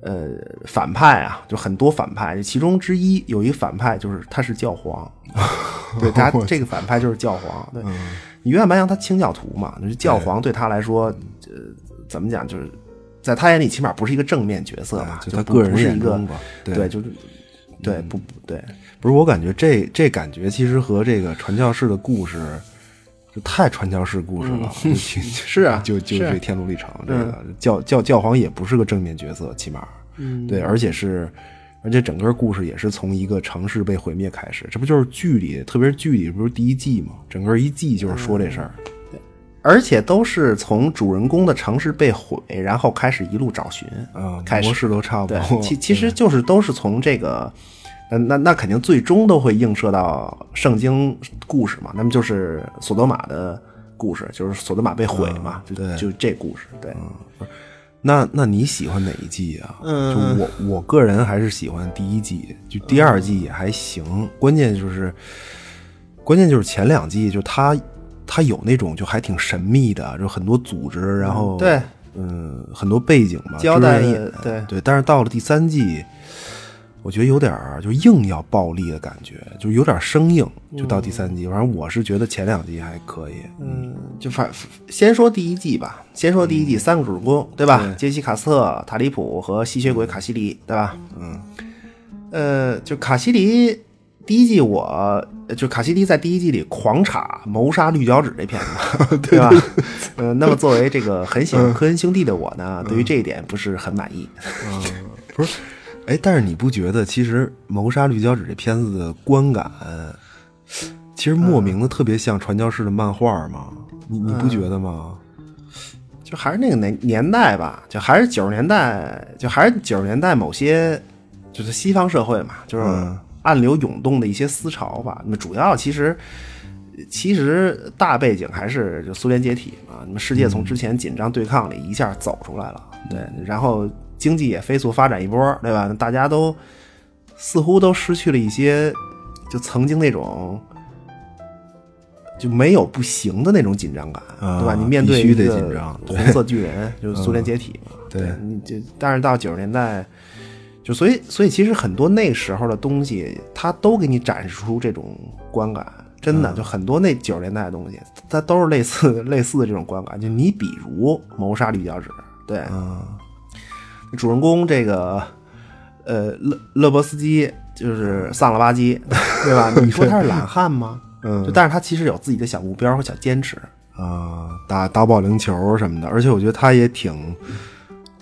呃，反派啊，就很多反派，其中之一有一个反派就是他是教 皇，对他这个反派就是教皇，对，嗯你永远白羊他清教徒嘛，就是教皇对他来说，呃，怎么讲就是。在他眼里，起码不是一个正面角色啊吧，就他啊不个人不是一眼个中吧，对嗯对，就是对不不对，不是，我感觉这这感觉其实和这个传教士的故事，就太传教士故事了，就挺 是啊就就是啊嗯这天路历程，这个教教教皇也不是个正面角色，起码，嗯，对，而且是。而且整个故事也是从一个城市被毁灭开始，这不就是剧里，特别是剧里不是第一季嘛，整个一季就是说这事儿，而且都是从主人公的城市被毁，然后开始一路找寻，啊，嗯开模始式都差不对，多。 其其实就是都是从这个，那那那肯定最终都会映射到圣经故事嘛，那么就是索多玛的故事，就是索多玛被毁嘛，啊对就就这故事，对，那那你喜欢哪一季啊？嗯就我我个人还是喜欢第一季，就第二季嗯也还行。关键就是，关键就是前两季，就它它有那种就还挺神秘的，就很多组织，然后对，嗯，很多背景吧，交代遮的掩眼对对。但是到了第三季，我觉得有点儿就硬要暴力的感觉，就有点儿生硬。就到第三季，反正我是觉得前两季还可以，嗯，就反先说第一季吧，先说第一季嗯三个主人公对吧？杰西卡特、塔利普和吸血鬼卡西里对吧？嗯，呃，就卡西里第一季我就卡西里在第一季里狂查谋杀绿脚趾这片 子，对吧？呃，那么作为这个很喜嗯欢科恩兄弟的我呢，对于这一点不是很满意。嗯不是，哎，但是你不觉得其实《谋杀绿脚趾》这片子的观感，其实嗯莫名的特别像传教士的漫画吗？你你不觉得吗？就还是那个年年代吧，就还是九十年代，就还是九十年代某些就是西方社会嘛，就是嗯暗流涌动的一些思潮吧。那么主要其实其实大背景还是就苏联解体嘛，那么世界从之前紧张对抗里一下走出来了，对，然后经济也飞速发展一波，对吧？大家都似乎都失去了一些就曾经那种就没有不行的那种紧张感，啊对吧？你面对必须一得个紧张对红色巨人，就是苏联解体嘛，对你就但是到九十年代，就所以所以其实很多那时候的东西，它都给你展示出这种观感。真的，就很多那九十年代的东西，它都是类似 类似的这种观感。就你比如《谋杀绿脚趾》，对，主人公这个呃勒勒伯斯基就是丧了吧唧，对吧？你说他是懒汉吗？嗯，就但是他其实有自己的小目标和小坚持。啊，打打保龄球什么的，而且我觉得他也挺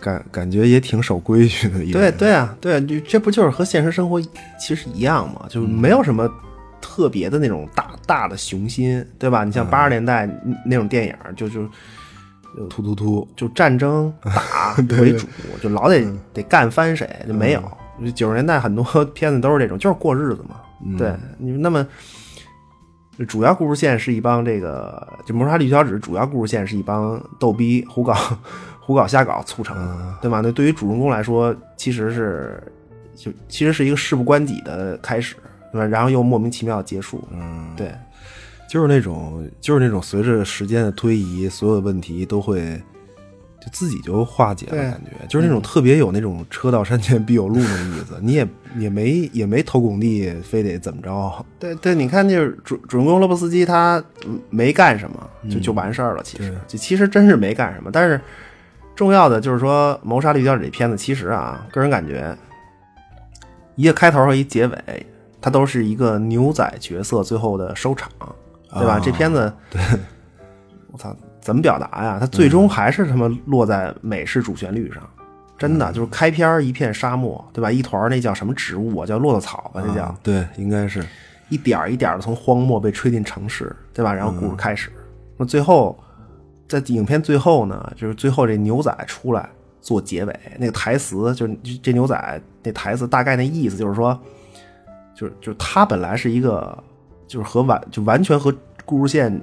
感感觉也挺守规矩的一个对人。对啊，对啊，就这不就是和现实生活其实一样嘛？就是嗯没有什么特别的那种大大的雄心，对吧？你嗯像八十年代那种电影，就就突突突，就战争打为主，就老得得干翻谁，就没有。就九十年代很多片子都是这种，就是过日子嘛。对，你那么主要故事线是一帮这个，就《谋杀绿脚趾》主要故事线是一帮逗逼胡搞 胡搞瞎搞促成的，对吧？那对于主人公来说，其实是就其实是一个事不关己的开始，对吧？然后又莫名其妙的结束，嗯，对。就是那种就是那种随着时间的推移，所有的问题都会。就自己就化解了，对感觉就是那种特别有那种“车到山前必有路”那种意思。你也也没也没偷工地，非得怎么着，对对，你看，就是主主人公罗伯斯基他嗯没干什么，嗯就就完事儿了。其实，就其实真是没干什么。但是重要的就是说，《谋杀绿脚趾》这片子，其实啊，个人感觉，一个开头和一结尾，它都是一个牛仔角色最后的收场，对吧？啊这片子，对，我操，怎么表达呀？它最嗯终还是他妈落在美式主旋律上。真嗯的就是开篇儿一片沙漠，对吧？一团儿那叫什么植物啊？叫骆驼草吧，那叫、啊对，应该是一点儿一点的从荒漠被吹进城市，对吧？然后故事开始。那最后，在影片最后呢，就是最后这牛仔出来做结尾，那个台词就是这牛仔那台词大概那意思就是说，就是就是他本来是一个就是和完就完全和故事线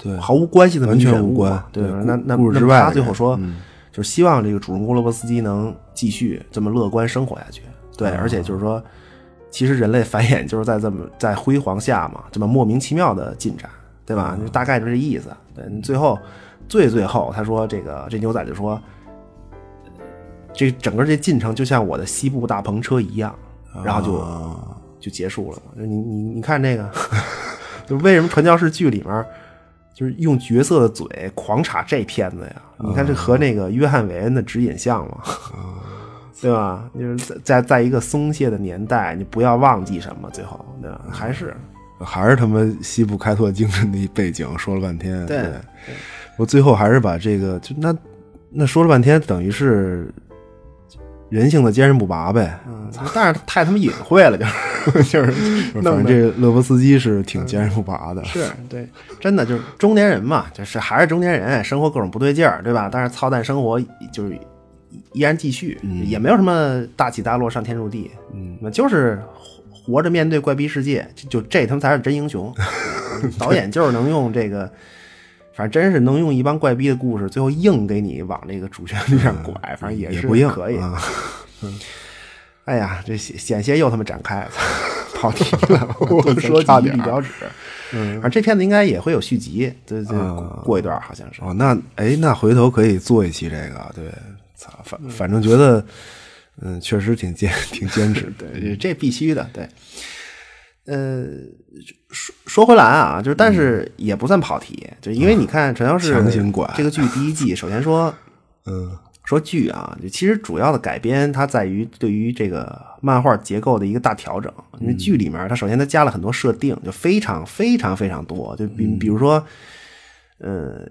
对，毫无关系的完全迷人物无关嘛对对吧故那那故事那之外的他最人后说，就是希望这个主人公罗伯斯基能继续这么乐观生活下去。对，而且就是说，其实人类繁衍就是在这么 在辉煌下嘛，这么莫名其妙的进展，对吧？就大概就是这意思。对，最后最最后他说这个这牛仔就说，这整个这进程就像我的西部大篷车一样，然后就啊就结束了嘛。你你你看这个， 就为什么传教士剧里面就是用角色的嘴狂插这片子呀？你看这和那个约翰·韦恩的指引像吗？ 对吧？就是在在在一个松懈的年代，你不要忘记什么，最后对吧？还是还是他妈西部开拓精神的一背景，说了半天。对我最后还是把这个就那那说了半天，等于是人性的坚韧不拔呗。嗯，但是太他妈隐晦了，就是 就是反正弄得嗯这勒波斯基是挺坚韧不拔的。是对， 真的就是中年人嘛，就是还是中年人，生活各种不对劲儿，对吧？但是操蛋生活就是依然继续，也没有什么大起大落、上天入地，嗯，那就是活活着面对怪逼世界，就就这他们才是真英 雄。嗯导演就是能用这个，反正真是能用一帮怪逼的故事，最后硬给你往这个主旋律上拐，反正也是不硬可以。 啊哎呀，这险险些又他妈展开，跑题 了。我都说差几点笔儿脚趾，嗯，啊，这片子应该也会有续集，对对，啊过一段好像是。哦，那哎，那回头可以做一期这个。对，操，反反正觉得嗯，确实挺坚挺坚持的。 对，这必须的，对。呃，说说回来啊，就是但是也不算跑题，就因为你看《传销士》嗯强行拐这个剧第一季，首先说嗯说剧啊，就其实主要的改编它在于对于这个漫画结构的一个大调整，因为剧里面它首先它加了很多设定，就非常非常非常多，就比嗯比如说，呃，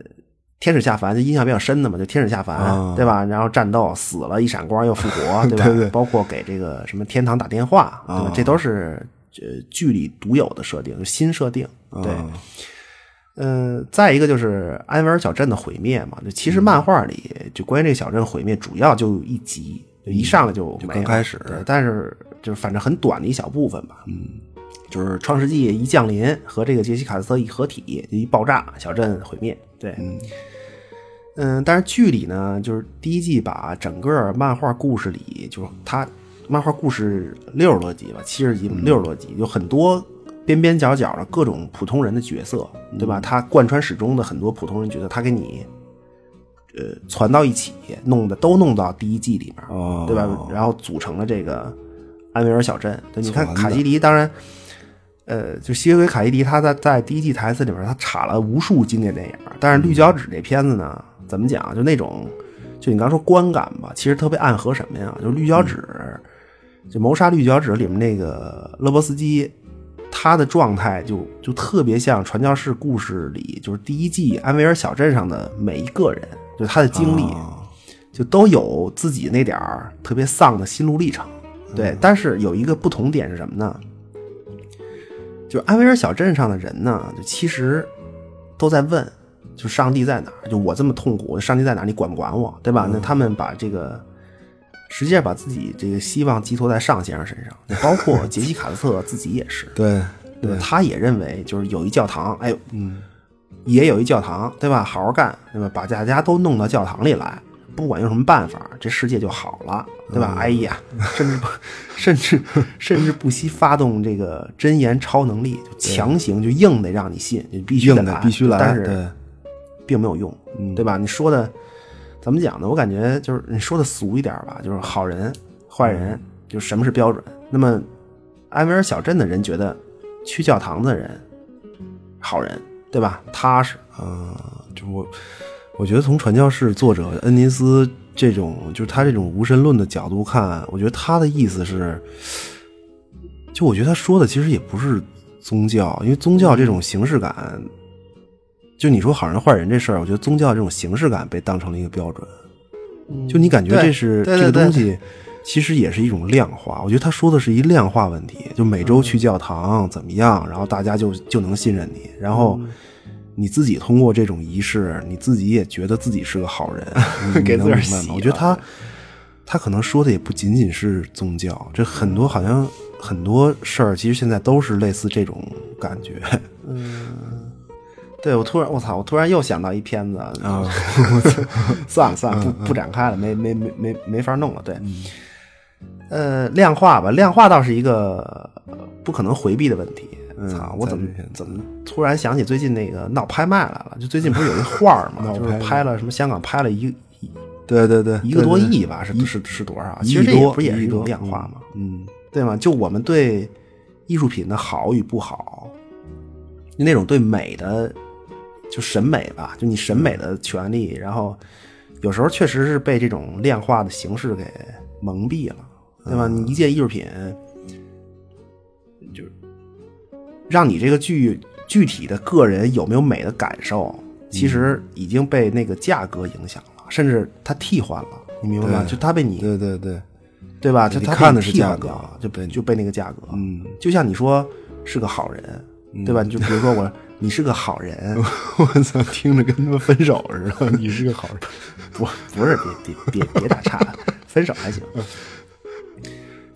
天使下凡就印象比较深的嘛，就天使下凡、啊对吧？然后战斗死了，一闪光又 复活，对吧？对对包括给这个什么天堂打电话，对吧？啊这都是呃剧里独有的设定，就新设定，对。啊嗯，再一个就是安维尔小镇的毁灭嘛，就嗯其实漫画里就关于这个小镇毁灭，主要就一集，就一上来就没嗯就了刚开始对但是就是反正很短的一小部分吧。嗯，就是创世纪一降临和这个杰西卡斯特一合体，就一爆炸，小镇毁灭。对，嗯。但是剧里呢，就是第一季把整个漫画故事里，就是它漫画故事六十多集吧，七十集、六十多集，有很多边边角角的各种普通人的角色，对吧？他贯穿始终的很多普通人角色，他给你呃传到一起，弄的都弄到第一季里面，哦对吧？然后组成了这个安维尔小镇。对，你看传的卡西迪，当然。呃，就吸血鬼卡伊迪，他在在第一季台词里面，他插了无数经典电影。但是《绿脚趾》这片子呢，怎么讲？就那种，就你刚说观感吧，其实特别暗合什么呀？就是《绿脚趾》就《谋杀绿脚趾》里面那个勒波斯基，他的状态就就特别像传教士故事里，就是第一季安维尔小镇上的每一个人，就他的经历，啊就都有自己那点儿特别丧的心路历程。对，但是有一个不同点是什么呢？就是安维尔小镇上的人呢，就其实都在问，就上帝在哪儿？就我这么痛苦，上帝在哪儿？你管不管我？对吧？那他们把这个，实际上把自己这个希望寄托在上先生身上，就包括杰西卡特自己也是，对对吧？他也认为就是有一教堂，哎，嗯，也有一教堂，对吧？好好干，对吧？把大家都弄到教堂里来，不管用什么办法，这世界就好了，嗯对吧？哎呀，甚至 甚至甚至不惜发动这个真言超能力，就强行就硬得让你信，你必须硬得的必须来，但是对并没有用，嗯对吧？你说的怎么讲呢？我感觉就是你说的俗一点吧，就是好人、坏嗯人，就什么是标准。那么安维尔小镇的人觉得去教堂的人好人，对吧？踏实，啊，就我我觉得从传教士作者恩尼斯这种，就是他这种无神论的角度看，我觉得他的意思是，就我觉得他说的其实也不是宗教，因为宗教这种形式感，就你说好人坏人这事儿，我觉得宗教这种形式感被当成了一个标准，就你感觉嗯对这是对这个对对东西。其实也是一种量化，我觉得他说的是一量化问题，就每周嗯去教堂怎么样，然后大家就就能信任你，然后嗯你自己通过这种仪式，你自己也觉得自己是个好 人，你给能自个儿明白洗吗？我觉得了他他可能说的也不仅仅是宗教，这很多好像很多事儿，其实现在都是类似这种感觉对我突然，我操！我突然又想到一片子，啊。 嗯算了算了，不不展开了，没没没没没法弄了。对，呃，量化吧，量化倒是一个呃不可能回避的问题。操！我嗯在怎么这片子怎么突然想起最近那个闹拍卖来了？就最近不是有一画 儿嘛，闹就是拍卖拍了什么香港拍了一一对对对，一个对多对亿吧，是是是多少啊？一其实亿这也多不是也一是亿一种多量化嘛，嗯，对吗？就我们对艺术品的好与不好，那种对美的就审美吧，就你审美的权利，然后有时候确实是被这种量化的形式给蒙蔽了，对吧？嗯你一件艺术品，就让你这个具具体的个人有没有美的感受，其嗯实已经被那个价格影响了，甚至它替换了，你明白吗？对就它被你对对对，对吧？就你他看的是替换价格掉了，就被对就被那个价格。嗯，就像你说是个好人，对吧？你就比如说我，你是个好 人，我操，听着跟他们分手似的。你是个好人，不不是别别别别打岔，分手还行。嗯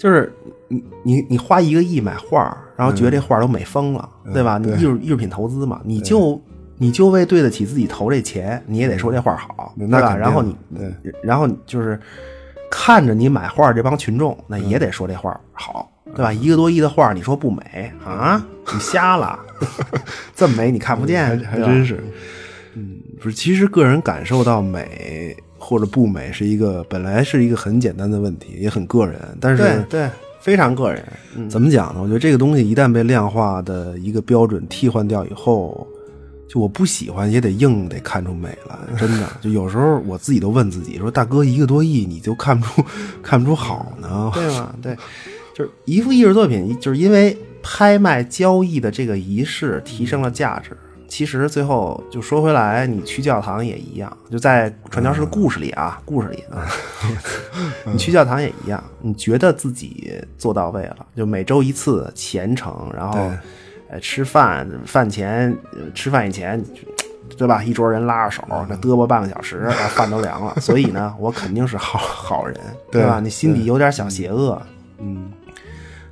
就是你你你花一个亿买画儿，然后嗯觉得这画儿都美疯了，对吧？你艺术艺术品投资嘛，你就你就为对得起自己投这钱，你也得说这画儿好，那肯对吧？定然后你对，然后就是看着你买画儿这帮群众，那嗯也得说这画儿好，对吧？一个多亿的画儿，你说不美啊？你瞎 了？这么美你看不见，嗯还对吧啊真是。嗯，不是，其实个人感受到美或者不美是一个本来是一个很简单的问题，也很个人。但对是对，非常个人，嗯。怎么讲呢？我觉得这个东西一旦被量化的一个标准替换掉以后，就我不喜欢也得硬得看出美 来，真的。就有时候我自己都问自己说：“大哥，一个多亿你就看不出看不出好呢对吗？对，就是一幅艺术作品，就是因为拍卖交易的这个仪式提升了价值。其实最后就说回来，你去教堂也一样，就在传教士的故事里啊，嗯故事里 啊，你去教堂也一样，你觉得自己做到位了，就每周一次虔诚，然后对呃吃饭饭前呃吃饭以前。就对吧？一桌人拉着手，嗯那嘚啵半个小时，然后饭都凉了。所以呢，我肯定是好好人，对吧？你心底有点小邪恶，嗯，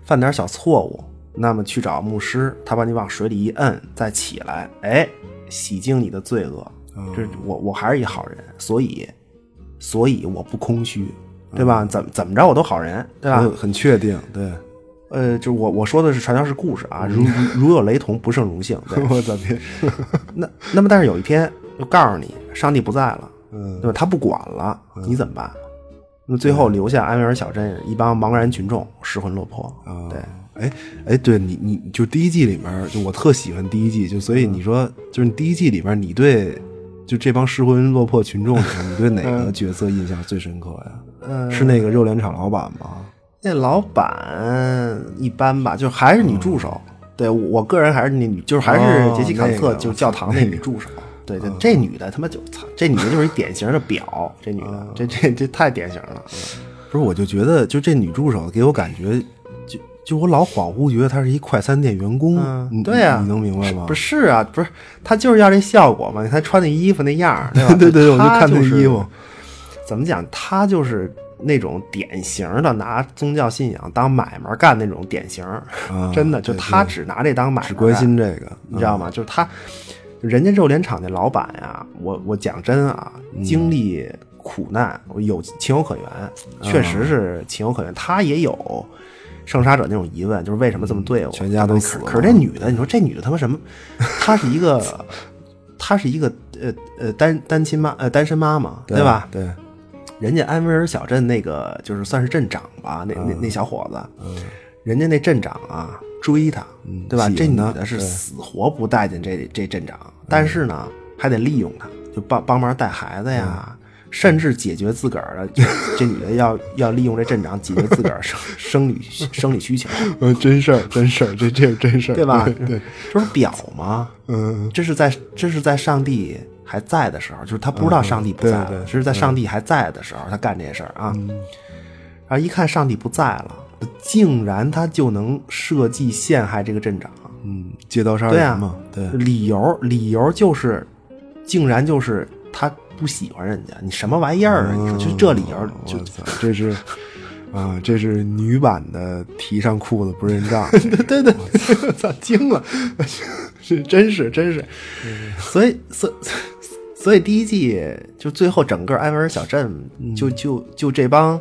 犯点小错误，那么去找牧师，他把你往水里一摁，再起来，哎，洗净你的罪恶。这我我还是一好人，所以所以我不空虚，对吧？怎么怎么着我都好人，对吧？很很确定，对，呃，就是我我说的是传教士故事啊，如如有雷同，不胜荣幸。对我咋的？ 那那么，但是有一天，就告诉你，上帝不在了，嗯对吧？他不管了，你怎么办？那最后留下安维尔小镇一帮茫然群众，失魂落魄。啊，对，哎哎，对你你就第一季里面，就我特喜欢第一季，就所以嗯你说，就是你第一季里面，你对就这帮失魂落魄群众里面，你对哪个角色印象最深刻呀？嗯是那个肉联厂老板吗？那老板一般吧，就是还是女助手。对我个人还是那女，就是还是嗯哦杰西卡那特，个嗯就是教堂那女助手。对对，这女的他妈就操，这女的就是一典型的婊，这女嗯的，这这这太典型了。不是，我就觉得就这女助手给我感觉，就就我老恍惚觉得她是一快餐店员工，你嗯对呀、你能明白吗？？不是啊，不是，他就是要这效果嘛，他穿那衣服那样儿，对吧 对对对，我就他看那是衣服，怎么讲？他就是那种典型的拿宗教信仰当买卖干那种典型儿，啊真的，就对他只拿这当买卖，只关心这个，你知道吗？就是他，人家肉联厂那老板呀、我我讲真啊，嗯经历苦难，我有情有可原，嗯确实是情有可原。他也有圣杀者那种疑问，就是为什么这么对我？嗯全家都死了可可是这女的，你说这女的他妈什么？她是一个，她是一个呃呃单单亲妈呃单身妈妈，对吧？对，人家安维尔小镇那个就是算是镇长吧，那、嗯那那小伙子，人家那镇长啊追他，对吧？喜欢这女他的嗯是对嗯死活不待见这这镇长，但是呢还得利用他，就帮帮忙带孩子呀。嗯甚至解决自个儿的，这这女的要 要利用这镇长解决自个儿生生理生理需求， 嗯，真事儿，真事儿，这这是真事儿，对吧？ 对，这不是表吗？嗯，这是在这是在上帝还在的时候，就是他不知道上帝不在了，嗯对对嗯这是在上帝还在的时候，他干这些事儿啊。然后一看上帝不在了，竟然他就能设计陷害这个镇长，嗯，借刀杀对人啊嘛，，对，理由理由就是，竟然就是他不喜欢人家，你什么玩意儿啊？嗯你说就这理由就我操，这 是啊，这是女版的提上裤子不认账，对 对对，操，惊了，是真是真是，所以所以 所以第一季就最后整个安维尔小镇就就就这帮，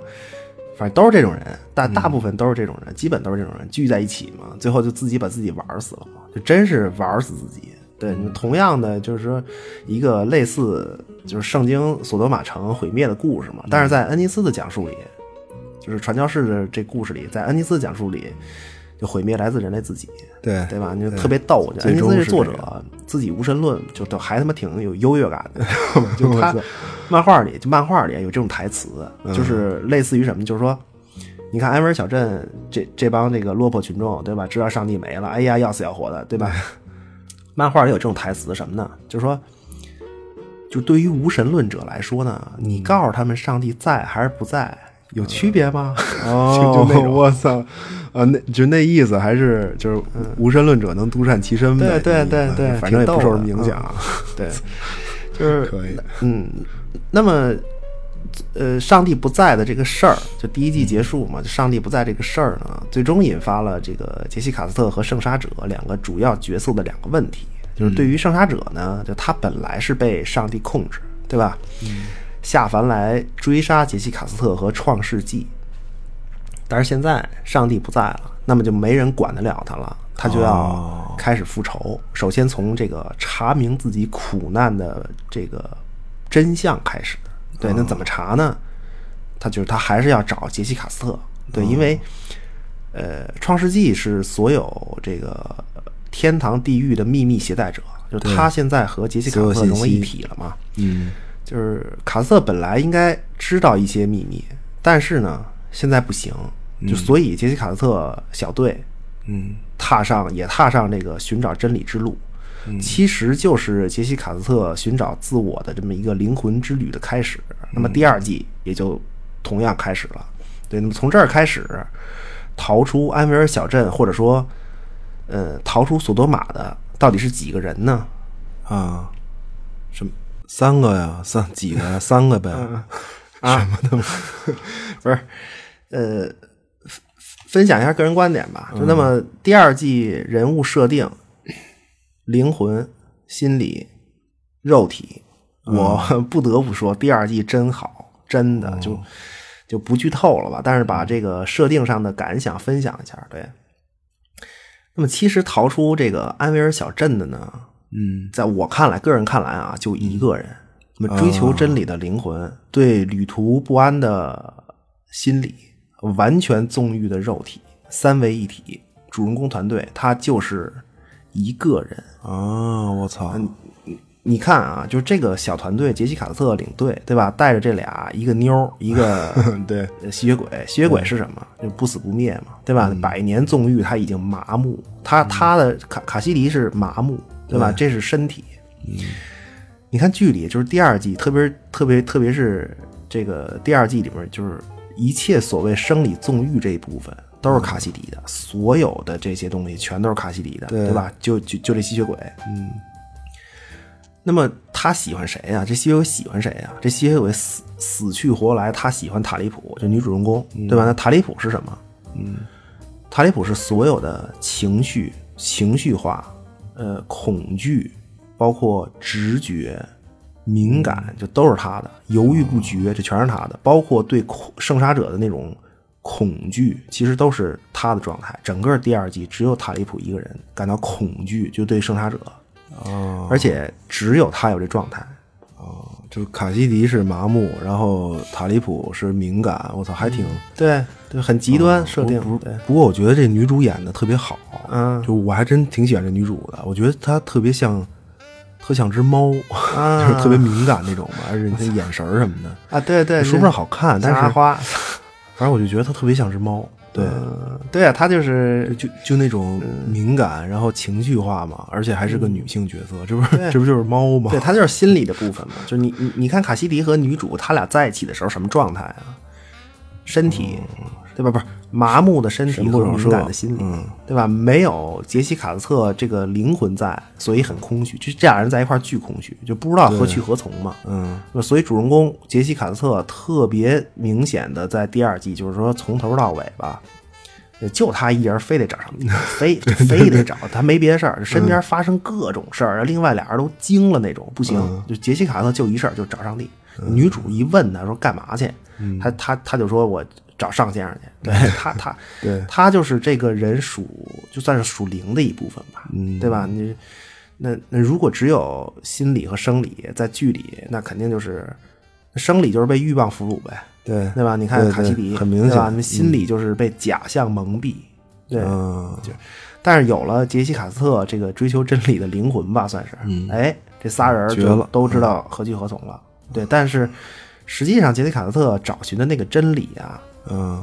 反正都是这种人，大大部分都是这种人，基本都是这种人聚在一起嘛，最后就自己把自己玩死了嘛，就真是玩死自己。对，同样的就是说一个类似就是圣经索多玛城毁灭的故事嘛，但是在恩尼斯的讲述里，就是传教士的这故事里，在恩尼斯讲述里，就毁灭来自人类自己，对对吧？你就特别逗，我觉最得恩尼终斯这是作这者样自己无神论，就都还他妈挺有优越 感的，就他漫画里就漫画里有这种台词，就是嗯类似于什么，就是说。你看安维尔小镇这这帮这个落魄群众，对吧？知道上帝没了，哎呀，要死要活的，对吧？漫画里有这种台词什么呢？就是说，就对于无神论者来说呢，嗯你告诉他们上帝在还是不在，有区别吗？哦， 就就那种我操，啊，那就那意思，还是就是无神论者能独善其身呗，对对那意思对对嗯反正也不受什么影挺逗 的啊响，啊对，就是可以，嗯，那么呃，上帝不在的这个事儿，就第一季结束嘛，就上帝不在这个事儿呢，最终引发了这个杰西卡斯特和圣杀者两个主要角色的两个问题，就是对于嗯圣杀者呢，就他本来是被上帝控制，对吧？嗯下凡来追杀杰西卡斯特和创世纪，但是现在上帝不在了，那么就没人管得了他了，他就哦要开始复仇。首先从这个查明自己苦难的这个真相开始。嗯对，那怎么查呢？他就是他还是要找杰西卡斯特。对，嗯因为呃，创世纪是所有这个天堂地狱的秘密携带者，就是他现在和杰西卡斯所特有信融为一息体了嘛。嗯，就是卡斯特本来应该知道一些秘密，但是呢，现在不行，就所以杰西卡斯特小队，嗯，踏上也踏上这个寻找真理之路，其实就是杰西卡斯特寻找自我的这么一个灵魂之旅的开始。那么第二季也就同样开始了，对，那么从这儿开始，逃出安维尔小镇，或者说，呃，逃出索多玛的到底是几个人呢？啊，什么三个呀，三几个呀，三个呗，啊，什么都不是，呃，分分享一下个人观点吧。就那么第二季人物设定、灵魂、心理、 肉体，我不得不说第二季真好，真的就就不剧透了吧，但是把这个设定上的感想分享一下。对，那么其实逃出这个安维尔小镇的呢，嗯，在我看来，个人看来啊，就一个人。那么追求真理的灵魂，对旅途不安的心理，完全纵欲的肉体，三位一体。主人公团队他就是一个人。啊，我操，你看啊，就是这个小团队，杰西卡特领队，对吧？带着这俩，一个妞儿，一个 嗯对，呃吸血鬼，吸血鬼是什么？就不死不灭嘛，对吧？百年纵欲，他已经麻木，他他的卡卡西迪是麻木，对吧？这是身体。你看剧里就是第二季，特别特别特别是这个第二季里边，就是一切所谓生理纵欲这一部分都是卡西迪的，所有的这些东西全都是卡西迪的，对对吧？就就就这吸血鬼，那么他喜欢谁啊呀、这吸血鬼喜欢谁呀、这吸血鬼死死去活来，他喜欢塔利普，就女主人公，对吧？那塔利普是什么？嗯，塔利普是所有的情绪、情绪化、呃恐惧，包括直觉、敏感，就都是他的。犹豫不决，这全是他的，包括对恐圣杀者的那种恐惧，其实都是他的状态。整个第二季只有塔利普一个人感到恐惧，就对圣杀者。啊，而且只有他有这状态。哦就是卡西迪是麻木，然后塔利普是敏感，我操，还挺对对，很极端设定。嗯哦不对，不过我觉得这女主演的特别好，嗯就我还真挺喜欢这女主的，我觉得她特别像，特像只猫，啊就是特别敏感那种吧，而且她眼神儿什么的，啊，对对，说不上好看，但但是是花， 反正我就觉得她特别像只猫，对，嗯对啊，他就是嗯就就那种敏感，然后情绪化嘛，而且还是个女性角色，这不是对这不就是猫吗对？他就是心理的部分嘛。就是你你你看卡西迪和女主他俩在一起的时候什么状态啊？身体，对吧？不是麻木的身体嗯神不和守敏舍感的心理，嗯对吧？没有杰西卡特这个灵魂在，所以很空虚。就这俩人在一块儿巨空虚，就不知道何去何从嘛。嗯，那所以主人公杰西卡特特别明显的在第二季，就是说从头到尾吧，呃就他一人非得找上 门，非非得找他没别的事儿，身嗯边发生各种事儿，另外俩人都惊了那种，不行，嗯就杰西卡特就一事儿就找上帝。女主一问他说干嘛去，嗯他他他就说我找上先生 去，对他他对他就是这个人属就算是属灵的一部分吧，嗯对吧？你那那如果只有心理和生理在剧里，那肯定就是生理就是被欲望俘虏呗，对对吧？你看对卡对西迪很明对吧？显那心理就是被假象蒙蔽，对。嗯，但是有了杰西卡特这个追求真理的灵魂吧，算是，哎，这仨人嗯绝就了嗯都知道何去何从了，对。但是实际上，杰西卡特找寻的那个真理啊，嗯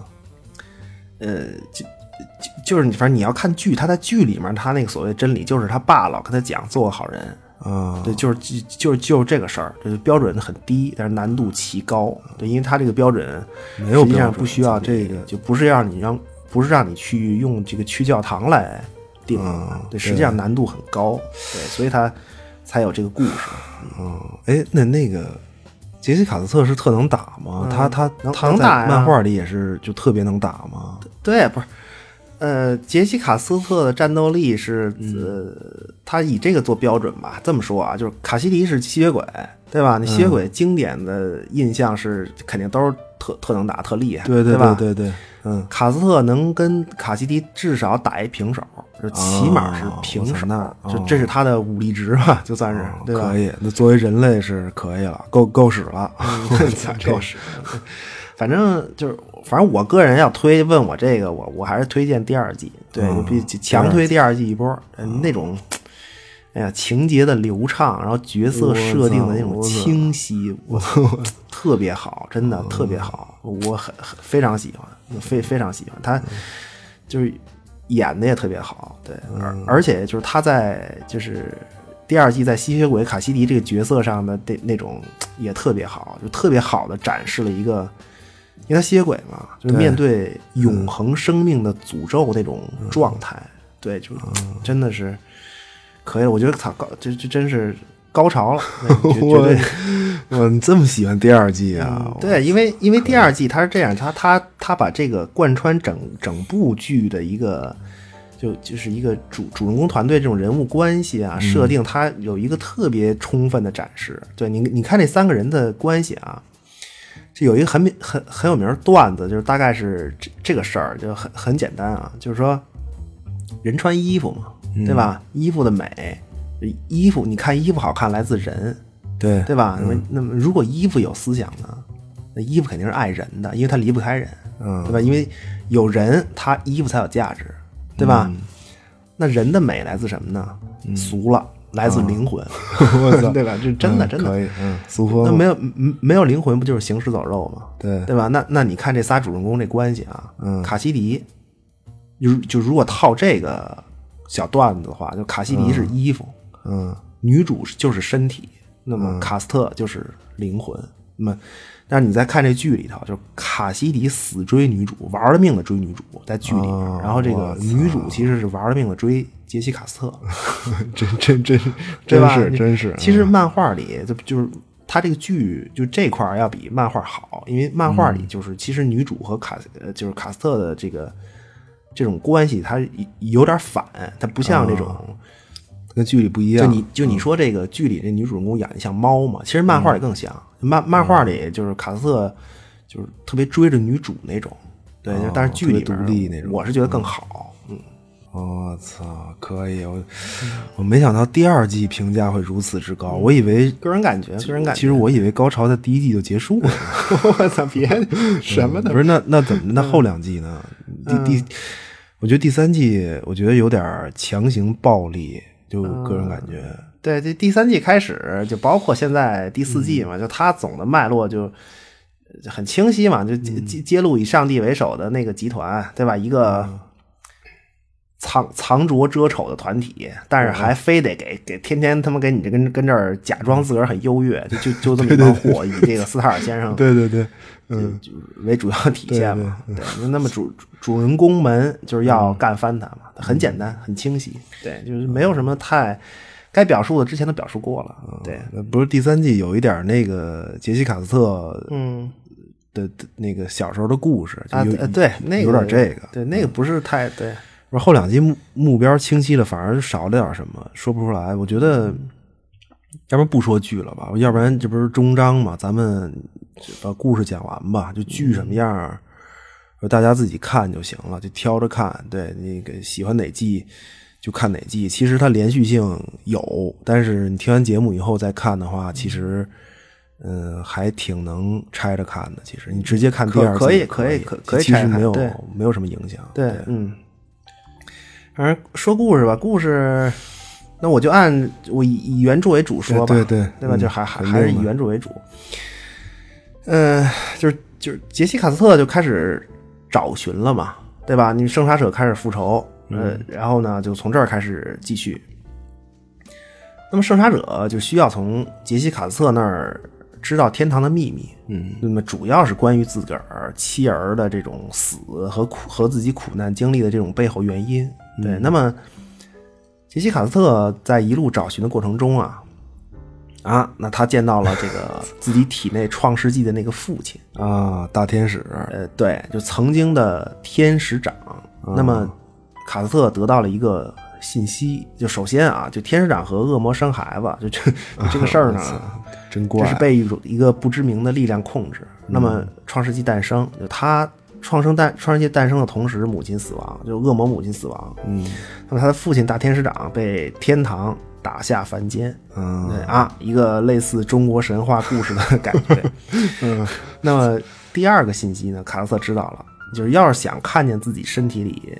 呃，就就就是你，反正你要看剧，他在剧里面他那个所谓真理，就是他爸老跟他讲做个好人，啊，对，就是就就是就是这个事儿，就是标准很低，但是难度奇高。对，因为它这个标准没有实际标上准不需要这个，就不是让你让不是让你去用这个去教堂来定的，嗯对，实际上难度很高，对，所以它才有这个故事。哎，那那个杰西卡特是特能打吗？他他嗯能他能在打呀漫画里也是就特别能打吗？对，不是，呃，杰西卡·斯特的战斗力是，嗯呃，他以这个做标准吧。这么说啊，就是卡西迪是吸血鬼，对吧？那嗯吸血鬼经典的印象是，肯定都是特特能打、特厉害，对对对吧？对对，嗯，卡斯特能跟卡西迪至少打一平手，就起码是平哦我操手，那哦就这是他的武力值吧，就算是、对吧可？以。那作为人类是可以了，够够使了。 够使。反正就是，反正我个人要推问我这个，我我还是推荐第二季，对，就比强推第二季一波，嗯，那种，哎呀，情节的流畅，然后角色设定的那种清晰，我特别好，真的特别好，我很很非常喜欢，非非常喜欢他，就是演的也特别好，对，而而且就是他在就是第二季在吸血鬼卡西迪这个角色上的那那种也特别好，就特别好的展示了一个，因为他吸血鬼嘛，就是面对永恒生命的诅咒那种状态，对，就真的是可以了，我觉得他高这这真是高潮了，对绝绝我对。我你这么喜欢第二季啊？嗯对，因为因为第二季它是这样，它它它把这个贯穿整整部剧的一个，就就是一个主主人公团队这种人物关系啊设定，它有一个特别充分的展示。对你你看这三个人的关系啊，这有一个很很很有名的段子，就是大概是这这个事儿，就很很简单啊，就是说人穿衣服嘛，对吧？衣服的美，衣服你看衣服好看来自人，对对吧？那么那么如果衣服有思想呢，那衣服肯定是爱人的，因为它离不开人，嗯对吧？因为有人，他衣服才有价值，对吧？嗯那人的美来自什么呢？俗了，来啊自灵 魂，对吧？这真的、嗯真的可以，嗯，苏佛 那没有嗯没有灵魂，不就是行尸走肉吗？对对吧？那那你看这仨主人公这关系啊，嗯卡西迪，就就如果套这个小段子的话，就卡西迪是衣服，嗯女主就是身体，那么卡斯特就是灵魂。那么，但是你再看这剧里头，就是卡西迪死追女主，玩了命的追女主，在剧里面，哦然后这我个操女主其实是玩了命的追杰西卡 斯特，嗯真真真对真吧？是你真是，嗯其实漫画里就就是它这个剧就这块儿要比漫画好，因为漫画里就是其实女主和卡呃就是卡斯特的这个这种关系，它有点反，它不哦像这种。跟剧里不一就样，嗯你就你说这个剧里这女主人公演的像猫嘛，其实漫画里更像，漫漫嗯画里就是卡斯特就是特别追着女主那种，对，就但是剧里哦特别边独立那种我是觉得更好，嗯，我操，可以，我我没想到第二季评价会如此之高，我以为嗯个人感觉，个人感其觉。实我以为高潮在第一季就结 束了，我操，别什么的嗯嗯不是那那怎么那后两季呢？第第，我觉得第三季我觉得有点儿强行暴力，就个人感觉，嗯对，这第三季开始就包括现在第四嗯季嘛，就它总的脉络就就很清晰嘛，就嗯揭揭揭露以上帝为首的那个集团，对吧？一个嗯藏藏拙遮丑的团体，但嗯是还非得给给天天他妈给你这跟跟这儿假装自个儿很优越，就就就这么一帮货，以这个斯塔尔先生对对对，就嗯就为主要体现嘛。对，那那么主主主人公们就是要嗯干翻他嘛，很简单，很清晰。对，就是没有什么太该表述的，之前都表述过了。对，呃不是第三季有一点儿那个杰西卡斯特嗯的的那个小时候的故事，就啊，有对对，那个有点这个，嗯对，那个不是太对。不是后两季目目标清晰了，反而少了点儿什么，说不出来。我觉得，嗯要不然不说剧了吧，要不然这不是终章嘛，咱们把故事讲完吧，就嗯剧什么样儿，大家自己看就行了，就挑着看。对，那个喜欢哪季就看哪季。其实它连续性有，但是你听完节目以后再看的话，其实。嗯，还挺能拆着看的。其实你直接看第可二季可以也可以以可可以其实拆着看没有对没有什么影响。对，嗯。反正说故事吧，故事，那我就按我以以原著为主说吧，对对对吧？嗯就还还肯定还是以的原著为主。嗯，就是就是杰西卡斯特就开始找寻了嘛，对吧？你生杀者开始复仇，呃，嗯然后呢，就从这儿开始继续。那么圣杀者就需要从杰西卡斯特那儿知道天堂的秘密，嗯，那么主要是关于自个儿妻儿的这种死和苦和自己苦难经历的这种背后原因。对，那么杰西卡斯特在一路找寻的过程中啊，啊，那他见到了这个自己体内创世纪的那个父亲，啊，大天使，呃，对，就曾经的天使长。那么，卡斯特得到了一个信息，就首先啊，就天使长和恶魔生孩子，就这就这个事儿呢，真怪这，是被一嗯种一个不知名的力量控制。那么，创世纪诞生，就他创生诞创世纪诞生的同时，母亲死亡，就恶魔母亲死亡。嗯，那么他的父亲大天使长被天堂打下凡间。嗯对啊，一个类似中国神话故事的感觉。嗯，那么第二个信息呢，卡斯特知道了，就是要是想看见自己身体里，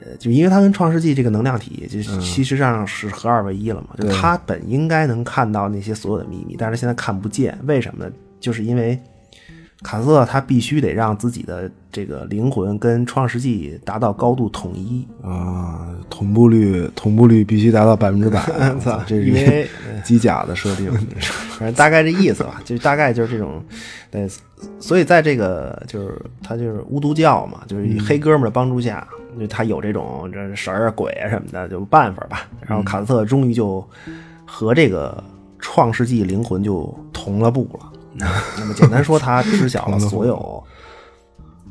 呃，就因为它跟创世纪这个能量体，就是其实上是合二为一了嘛，就他本应该能看到那些所有的秘密，但是现在看不见，为什么呢？就是因为。卡斯特他必须得让自己的这个灵魂跟创世纪达到高度统一，啊，同步率同步率必须达到百分之 百，我操这是一因为个机甲的设定，反正大概这意思吧，就是大概就是这种，对，所以在这个就是他就是巫毒教嘛，就是以黑哥们儿的帮助下，就他有这种这神儿啊鬼啊什么的就办法吧。然后卡斯特终于就和这个创世纪灵魂就同了步了。那么简单说，他知晓了所有。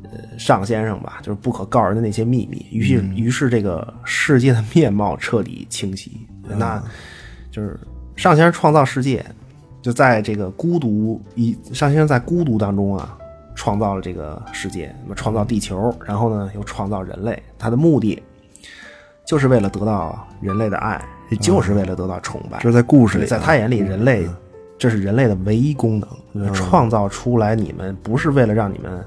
呃，尚先生吧，就是不可告人的那些秘密。于是，嗯于是这个世界的嗯面貌彻底清晰。那就是尚先生创造世界，就在这个孤独一上先生在孤独当中啊，创造了这个世界，那么创造地球，嗯然后呢又创造人类，他的目的就是为了得到人类的爱，也就是为了得到崇拜。嗯这是在故事里啊，在他眼里，人类这是人类的唯一功能，就是嗯创造出来你们不是为了让你们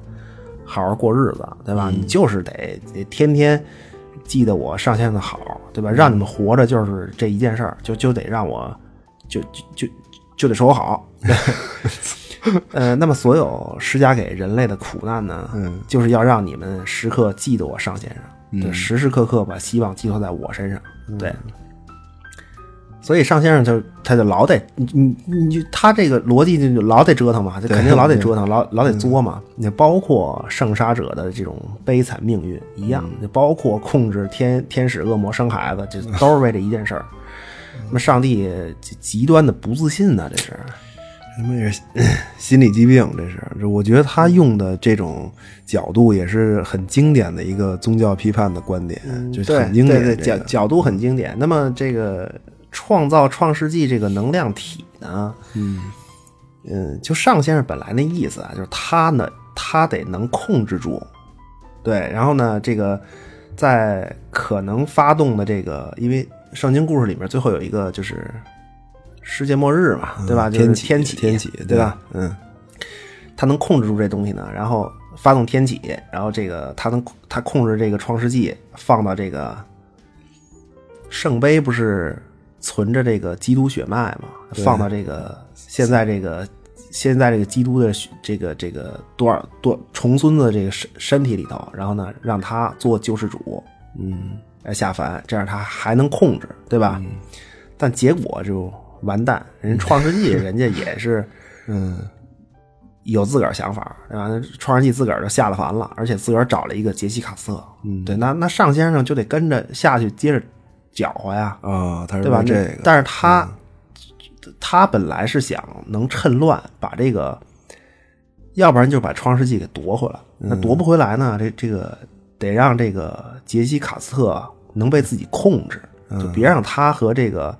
好好过日子，对吧？嗯你就是得得天天记得我上线的好，对嗯吧？让你们活着就是这一件事儿，就就得让我就就就就得说我 好。呃，那么所有施加给人类的苦难呢，嗯就是要让你们时刻记得我上线上，对，时时刻刻把希望寄托在我身上，嗯对。所以尚先生就他就老得你你你就他这个逻辑就老得折腾嘛，就肯定老得折腾，老老嗯得作嘛。那包括圣杀者的这种悲惨命运一样，嗯就包括控制天天使、恶魔生孩子，这都是为这一件事儿。嗯那么上帝极极端的不自信呢、这是他妈也是 心理疾病，这是这我觉得他用的这种角度也是很经典的一个宗教批判的观点，就是嗯对很经典、这对个。对角角度很经典。那么这个创造创世纪这个能量体呢，嗯嗯，就尚先生本来那意思啊，就是他呢，他得能控制住，对，然后呢，这个在可能发动的这个，因为圣经故事里面最后有一个就是世界末日嘛，对吧？就是嗯天启天启，天启对吧？？嗯，他能控制住这东西呢，然后发动天启，然后这个他能他控制这个创世纪放到这个圣杯，不是存着这个基督血脉嘛？放到这个现在这个现在这个基督的血这个这个多少多重孙子这个身身体里头，然后呢让他做救世主，嗯，来下凡，这样他还能控制，对吧？但结果就完蛋，人家创世纪人家也是，嗯，有自个儿想法，对吧？那创世纪自个儿就下了凡了，而且自个儿找了一个杰西卡瑟，嗯，对，那那尚先生就得跟着下去接着搅和呀，啊，他是对吧？说这个，嗯那但是他、他本来是想能趁乱把这个，要不然就把创世纪给夺回来。嗯那夺不回来呢？这这个得让这个杰西卡斯特能被自己控制，嗯就别让他和这个，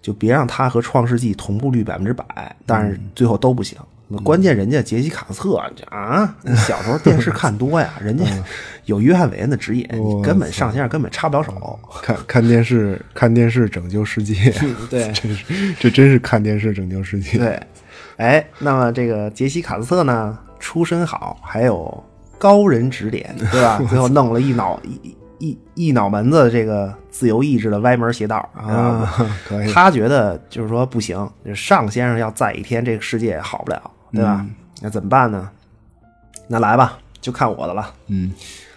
就别让他和创世纪同步率百分之百。但嗯是最后都不行。那关键人家杰西卡斯特这 啊，你小时候电视看多呀，人家嗯有约翰韦恩的指引，你根本上线根本插不了手。看看电视，看电视拯救世界，对真是这真是看电视拯救世界。对，哎，那么这个杰西卡斯特呢，出身好，还有高人指点，对吧？ 最后弄了一脑一一一脑门子这个自由意志的歪门邪道啊对吧可以他觉得就是说不行，就是尚先生要在一天，这个世界好不了，对吧？嗯那怎么办呢？那来吧，就看我的了。嗯，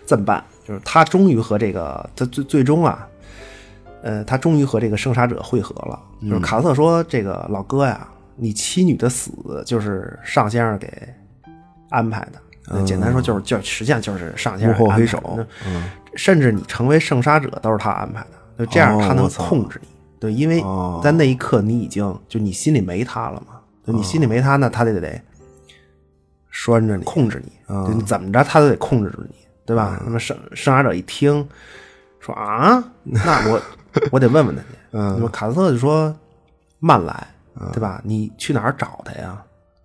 这么办？就是他终于和这个他最最终啊，呃，他终于和这个生杀者会合了。嗯就是卡特说：“这个老哥呀，你妻女的死就是尚先生给安排的。那简单说就是，就实际上就是尚先嗯生幕后黑手嗯安排的甚至你成为圣杀者都是他安排的。就这样，哦他能我操控制你。对，因为哦在那一刻你已经就你心里没他了嘛，就你心里没他，那他得得拴着你，控制你，嗯就你怎么着他都得控制住你，对吧？那么生生涯者一听说啊，那 我我得问问他去。那么卡斯特就说慢来，对吧？你去哪儿找他呀？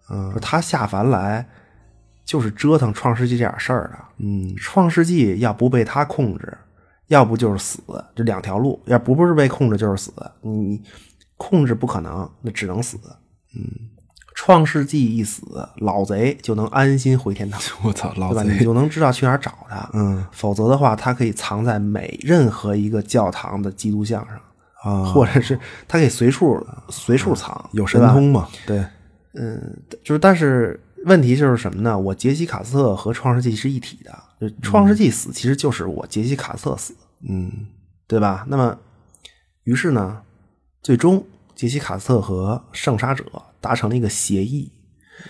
说他下凡来就是折腾创世纪这点事儿的。嗯，创世纪要不被他控制，要不就是死，这两条路。要不不是被控制就是死，你你控制不可能，那只能死。嗯，创世纪一死，老贼就能安心回天堂，我操，老对吧？贼你就能知道去哪儿找他。嗯，否则的话，他可以藏在每任何一个教堂的基督像上，啊，或者是他可以随处随处藏，有对神吧通嘛？对，嗯，就是但是问题就是什么呢？我杰西卡斯特和创世纪是一体的，就是创世纪死其实就是我杰西卡斯特死，嗯对吧？那么，于是呢，最终杰西卡斯特和圣杀者达成了一个协议，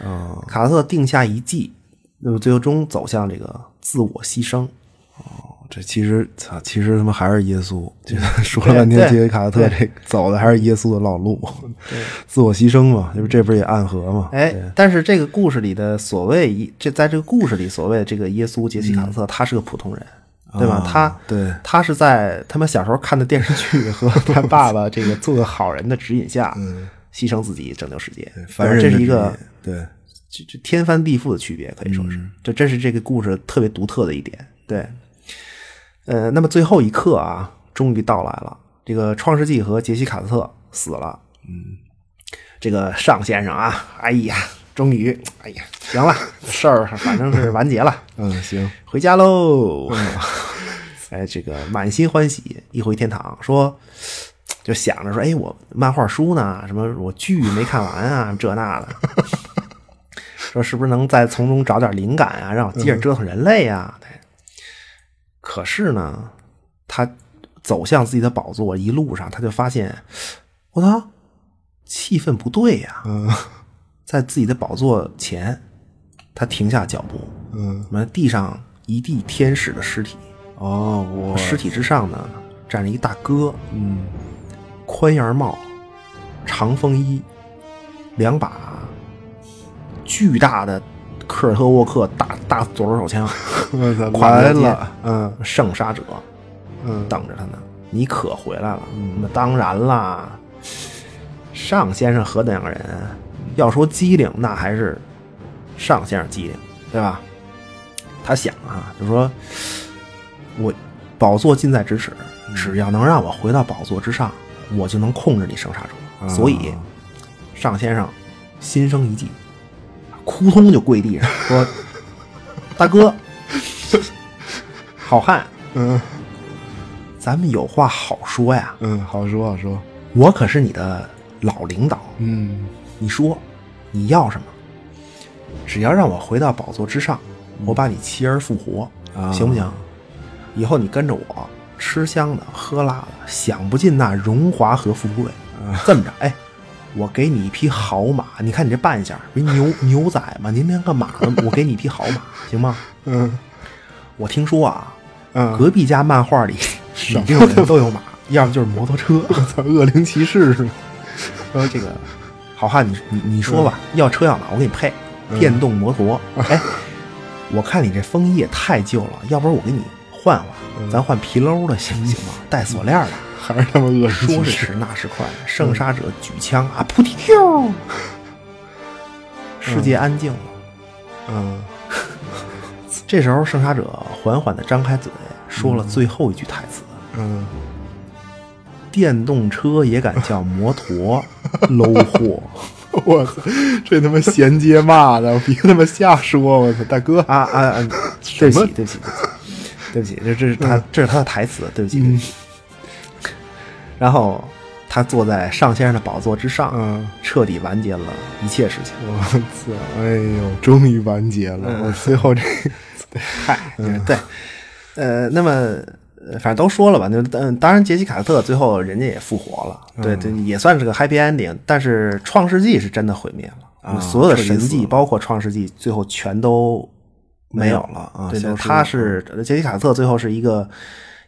啊，卡斯特定下一计，那么最终走向这个自我牺牲。这其实操，其实他妈还是耶稣。这说了半天，嗯对杰西卡特这走的还是耶稣的老路，自我牺牲嘛，这不这不是也暗合嘛？哎，但是这个故事里的所谓一这在这个故事里所谓的这个耶稣杰西卡斯特，他是个普通人，对吧？啊他嗯对他 是在他们小时候看的电视剧和他爸爸这个做个好人的指引下，牺牲自己拯救世界。嗯凡人的这是一个职业这这天翻地覆的区别，可以说是，这真是这个故事特别独特的一点。对，呃，那么最后一刻啊，终于到来了。这个创世纪和杰西卡特死了，嗯，这个尚先生啊，哎呀，终于，哎呀，行了，事儿反正是完结了，对，嗯，行，回家喽。 哎，这个满心欢喜，一回天堂，说就想着说，哎，我漫画书呢，什么我剧没看完啊，这那的，说是不是能再从中找点灵感啊，让我接着折腾人类啊？对可是呢，他走向自己的宝座一路上，他就发现，我操，气氛不对呀、嗯在自己的宝座前，他停下脚步，嗯，完地上一地天使的尸体。哦，我尸体之上呢站着一大哥，嗯，宽檐帽，长风衣，两把巨大的科尔特沃克大大左轮 手枪，我操，跨来着街了，嗯，圣杀者嗯等着他呢。你可回来了？那当然啦，尚先生和那两个人，要说机灵，那还是尚先生机灵，对吧？他想啊，就说我宝座近在咫尺，只要能让我回到宝座之上，我就能控制你生杀者。所以，尚先生心生一计，扑通就跪地上说：“大哥，好汉，嗯咱们有话好说呀。嗯，好说好说，我可是你的老领导，嗯你说你要什么？只要让我回到宝座之上，我把你妻儿复活，啊行不行？以后你跟着我，吃香的喝辣的，享不尽那荣华和富贵。啊这么着，哎，我给你一匹好马，你看你这扮相，不牛牛仔吗？您连个马都，我给你一匹好马，行吗？嗯我听说啊，嗯，隔壁家漫画里每个人都有马，要不就是摩托 车。操，恶灵骑士是吗？说这个好汉你，你你说吧，要车要马，我给你配电动摩托。哎，我看你这风衣也太旧了，要不然我给你换换，咱换皮褛的行不行嘛？带锁链的。还是他妈恶灵骑说是士？迟，那是快，圣杀者举枪啊，噗嚏啾，世界安静了。嗯嗯这时候，圣杀者缓缓的张开嘴，说了最后一句台词。嗯，电动车也敢叫摩 托，搂货我操，这他妈衔接骂的，别他妈瞎说，我操，大哥，啊啊！啊对不起，对不起，对不起，对不起，这这是他这是他的台词，对不起。对不起然后他坐在尚先生的宝座之上，嗯。彻底完结了一切事情。我操！哎呦，终于完结了。我最后这，嗨，就是嗯对，呃，那么呃反正都说了吧，那嗯，当然杰西卡特最后人家也复活了，嗯对对，也算是个 happy ending。但是创世纪是真的毁灭了，啊所有的彻底神死迹了包括创世纪，最后全都没有了没有啊对消对，失他了是杰西卡特最后是一个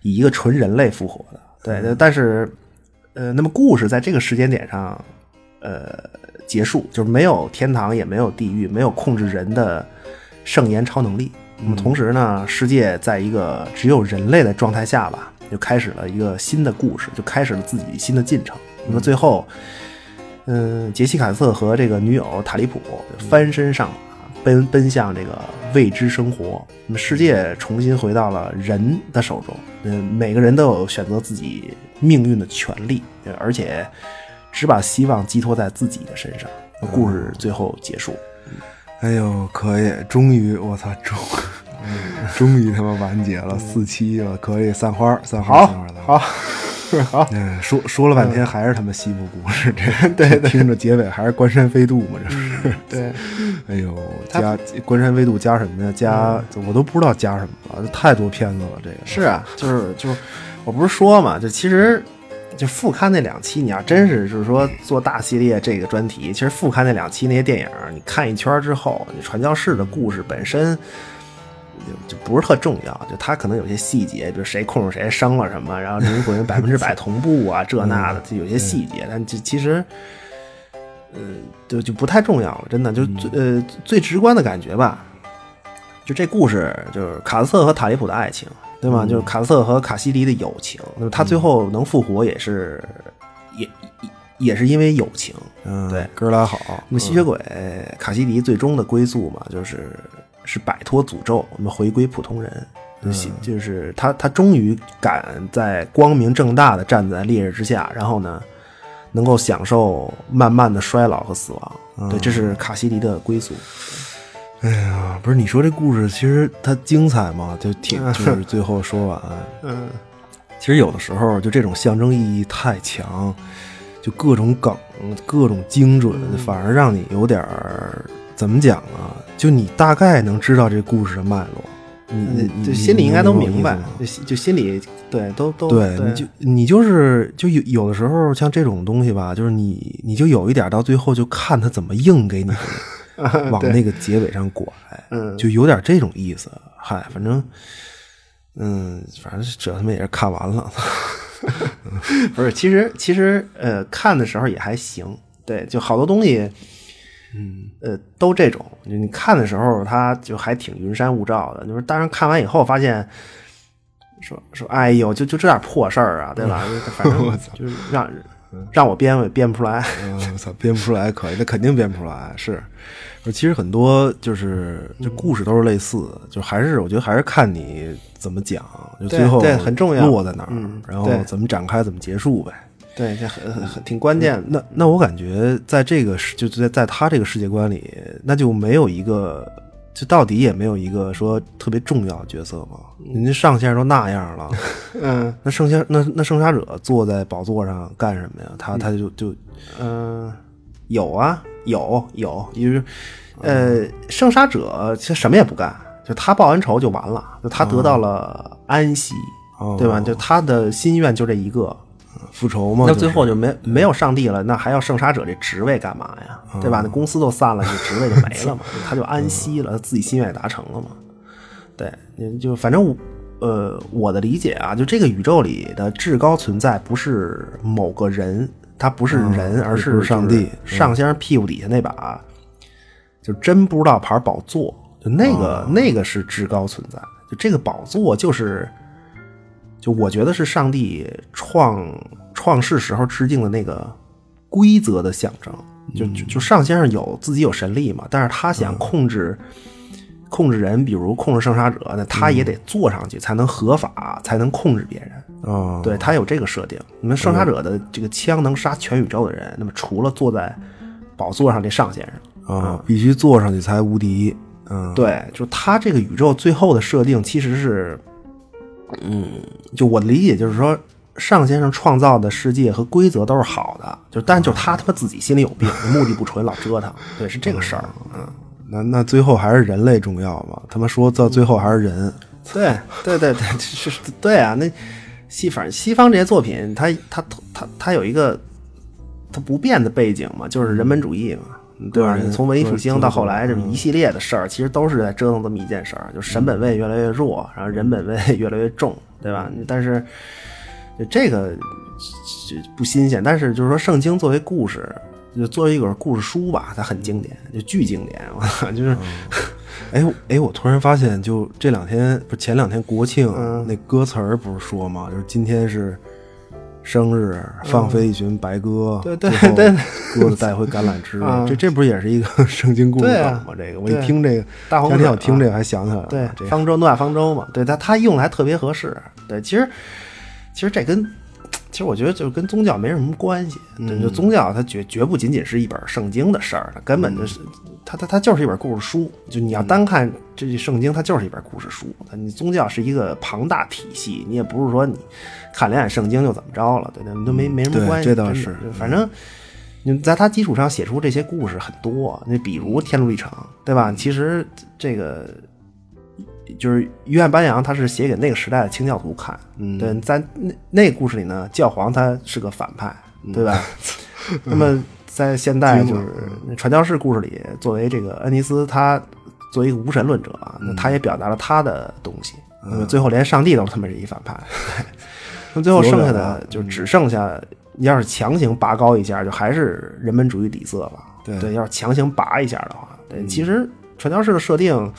以一个纯人类复活的，对，嗯对但是呃，那么故事在这个时间点上，呃，结束，就是没有天堂，也没有地狱，没有控制人的圣言超能力。那么同时呢，世界在一个只有人类的状态下吧，就开始了一个新的故事，就开始了自己新的进程。那么最后，嗯，杰西卡瑟和这个女友塔利普翻身上马，奔奔向这个未知生活。那么世界重新回到了人的手中，嗯，每个人都有选择自己命运的权利，呃而且只把希望寄托在自己的身上。那故事最后结束，哎呦，可以，终于，我操，终，嗯 终于他妈完结了，四期了，可以散花儿，散花儿，散花儿，散花儿。好，嗯，说说了半天还是他妈西部故事， 这对听着结尾还是关山飞渡嘛，这是。嗯对，嗯哎呦，加关山飞渡加什么呀？加我都不知道加什么了，太多片子了，这个是啊，就是就是，我不是说嘛，就其实就复刊那两期，你要真是就是说做大系列这个专题，其实复刊那两期那些电影，你看一圈之后，你传教士的故事本身。就就不是特重要，就它可能有些细节，比如谁控制谁生了什么，然后灵魂 百分之百同步啊，这那的，就有些细节，但这其实，呃，就就不太重要了，真的，就最呃最直观的感觉吧，就这故事就是卡斯特和塔利普的爱情，对吗？就是卡斯特和卡西迪的友情。那么他最后能复活，也是、也也也是因为友情。嗯，对哥俩好，那么吸血鬼卡西迪最终的归宿嘛，就是是摆脱诅咒，我们回归普通人。就是嗯就是他，他终于敢在光明正大的站在烈日之下，然后呢，能够享受慢慢的衰老和死亡。对，这是卡西迪的归宿。嗯哎呀，不是你说这故事，其实它精彩嘛，就挺 就是最后说完，嗯，其实有的时候就这种象征意义太强，就各种梗、各种精准，反而让你有点儿怎么讲啊？就你大概能知道这故事的脉络，你你呃就你心里应该都明白你懂我，意就心就心里对都都思吗对，你就你就是就有有的时候像这种东西吧，就是你你就有一点儿到最后就看他怎么硬给 你往那个结尾上拐，啊嗯就有点这种意思。嗨，反正，嗯，反正这他妈也是看完了， 不是，其实其实呃，看的时候也还行，对，就好多东西，嗯呃，都这种，就你看的时候，它就还挺云山雾罩的。就是当然看完以后发现，说说哎呦，就就这点破事儿啊，对吧？反正就是让让我编我也编不出来。嗯，我操，编不出来可以，那肯定编不出来。是，其实很多就是这故事都是类似的，就还是我觉得还是看你怎么讲，就对最后对很重要落在哪儿嗯，然后对怎么展开，怎么结束呗。对，这很很很挺关键的。那那我感觉在这个世，就在在他这个世界观里，那就没有一个，就到底也没有一个说特别重要的角色嘛。人家上线都那样了，嗯那剩下那那剩杀者坐在宝座上干什么呀？他他就就嗯、呃有啊，有有，就是呃，圣杀者其实什么也不干，就他报完仇就完了，就他得到了安息，哦嗯对吧？就他的心愿就这一个，复仇嘛。那就最后就没没有上帝了，那还要圣杀者这职位干嘛呀？对吧？那哦公司都散了，这职位就没 了嘛，他就安息了，他自己心愿也达成了嘛。对，嗯就反正我呃，我的理解啊，就这个宇宙里的至高存在不是某个人，他不是人，啊也而不是是上帝嗯就是上仙屁股底下那把，就真不知道牌宝座，就那个、啊那个是至高存在，就这个宝座就是。就我觉得是上帝创创世时候制定的那个规则的象征。就嗯就就上先生有自己有神力嘛，但是他想控制、控制人，比如控制圣杀者，那他嗯也得坐上去才能合法，才能控制别人。啊，对他有这个设定。你们圣杀者的这个枪能杀全宇宙的人，那么除了坐在宝座上这上先生，啊，必须坐上去才无敌。嗯，对，就他这个宇宙最后的设定其实是，嗯，就我的理解就是说，尚先生创造的世界和规则都是好的，就但哦就他他妈自己心里有病，目的不纯，老折腾，对，是这个事儿。哦嗯，那那最后还是人类重要嘛？他们说到最后还是人。 对对对对，是，是对啊，那西反正西方这些作品，它它它它有一个它不变的背景嘛，就是人本主义嘛。对吧？个人从文艺复个兴人到后来这么嗯一系列的事儿，其实都是在折腾这么一件事儿，就神本位越来越弱，嗯然后人本位越来越重，对吧？但是就这个就不新鲜，但是就是说圣经作为故事，就作为一本故事书吧，它很经典，就巨经典，我操，就是哎我哎，我突然发现，就这两天不是前两天国庆、嗯那歌词儿不是说嘛，就是今天是生日，放飞一群白鸽，嗯对对最后对，鸽子带回橄榄 枝，嗯这这不是也是一个 圣经故事对梗啊吗？这个我一对听这个，大洪前水天我听啊这个还想起来了，对，这个方舟诺亚方舟嘛，对他他用的还特别合适。对，其实其实这跟其实我觉得就是跟宗教没什么关系。对，嗯就宗教它绝绝不仅仅是一本圣经的事儿，它根本就是、它它它就是一本故事书。就嗯你要单看这圣经，它就是一本故事书。你宗教是一个庞大体系，你也不是说你看两眼圣经就怎么着了，对对，你都没没什嗯么对关系。这倒真的是嗯就反正。你在它基础上写出这些故事很多，那比如《天路历程》，对吧？其实这个就是约翰·班扬，他是写给那个时代的清教徒看，嗯，对，在那那个故事里呢，教皇他是个反派，嗯 对吧？那么在现代就是传教士故事里，作为这个恩尼斯，他作为一个无神论者啊，那他也表达了他的东西，那么最后连上帝都他妈是一反派，那嗯 么最后剩下啊的嗯就只剩下，你要是强行拔高一下，就还是人本主义底色吧。对要是强行拔一下的话，对，其实传教士的设定，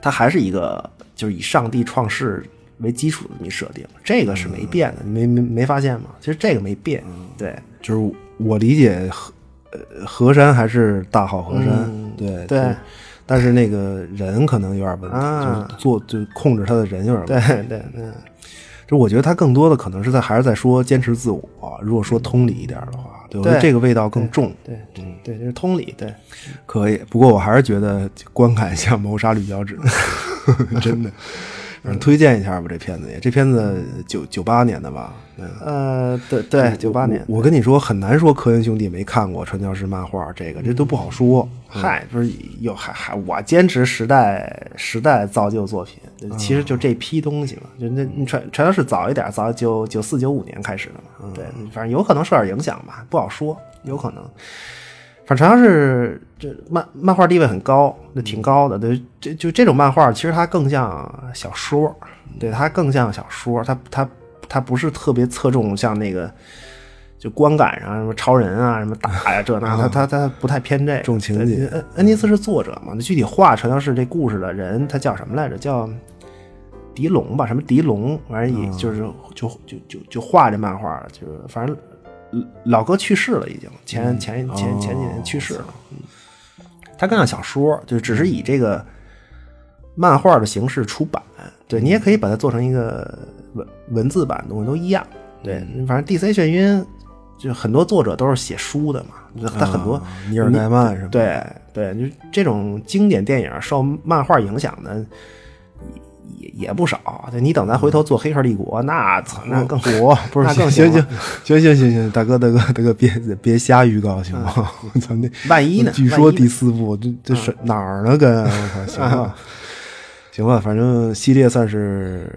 它还是一个就是以上帝创世为基础的这么一设定，这个是没变的，你没没没发现吗？其实这个没变，对就是我理解河呃河山还是大好河山，对嗯对就但是那个人可能有点问题，啊就是做就控制他的人有点问对题。对对，就我觉得他更多的可能是在还是在说坚持自我，如果说通理一点的话，对我觉得对这个味道更重。嗯对对对，这是通理，对可以，不过我还是觉得观看一下《谋杀绿脚趾》， 真 的，反正推荐一下吧。这片子也，这片子九九八年的吧，嗯，呃对对，九八年，我。我跟你说，很难说科恩兄弟没看过传教士漫画，这个这都不好说。嗯嗨，不是有还还，我坚持时代时代造就作品，就其实就这批东西嘛，就那你传传教士早一点，早九九四九五年开始的嘛，对，反正有可能受点影响吧，不好说，有可能。反正传教士这漫漫画地位很高，那挺高的，对，这就这种漫画，其实它更像小说，对，它更像小说，它它它不是特别侧重像那个。就观感上，什么超人啊，什么打呀、这那，他他他不太偏这个啊重情对节恩恩尼斯是作者嘛？那具体画传教士这故事的人，他叫什么来着？叫狄龙吧？什么狄龙？反啊正也就是就就就就画这漫画了，就是反正老哥去世了，已经前前前前几年去世了。嗯他更像小说，就只是以这个漫画的形式出版。对你也可以把它做成一个文文字版的东西，都一样。对，嗯反正 DC 眩晕，就很多作者都是写书的嘛，就他很多、啊尼尔盖曼是吧？对对，就这种经典电影受漫画影响的也也不少。对你等咱回头做《黑客帝国》，那操那更火，不是，那哦行更行火行行行行行，大哥大哥大哥，别别瞎预告行吗？嗯 我操，那万一呢嗯据说万一呢第四部这这是哪儿呢？ 跟我操，行吧，行吧，反正系列算是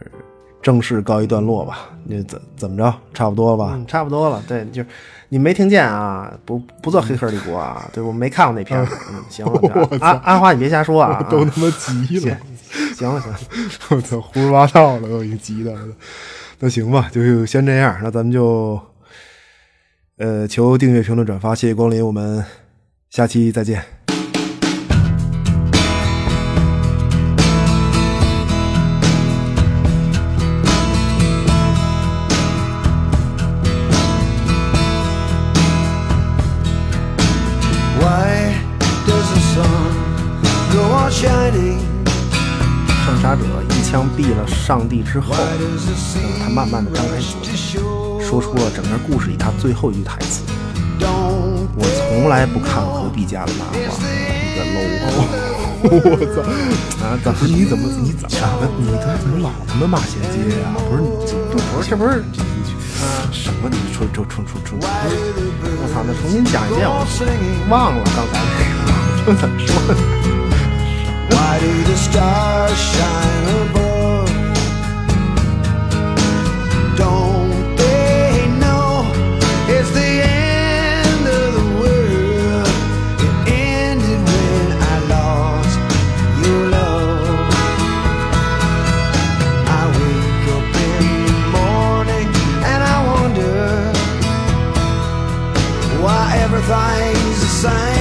正式告一段落吧。那怎怎么着，差不多了吧？嗯，差不多了。对，就是你没听见啊，不不做《黑客帝国》啊，对我没看过那片儿。嗯，行了，对阿阿花，你别瞎说啊，啊都他妈急行 了，行了行了，我操，胡说八道了，都已经急的了。那行吧，就先这样，那咱们就呃，求订阅、评论、转发，谢谢光临，我们下期再见。 Why does the sun go on shining? 圣杀者一枪毙了上帝之后， Why does the sea 他慢慢的张开 rush 嘴 to，shore? 说出了整个故事里他最后一句台词。 Don't 我从来不看何必家的漫画，你个 low！我操！啊，怎么你怎么你怎么你他妈你老他妈骂衔接呀？不是你这这不是这不是什么？你说这重重重 why do the birds 我操！那重新讲一遍， go 我 on singing? 忘了刚才那个怎么说的。 Why do the stars shine above? Don't they know it's the end of the world? It ended when I lost your love. I wake up in the morning and I wonder why everything's the same.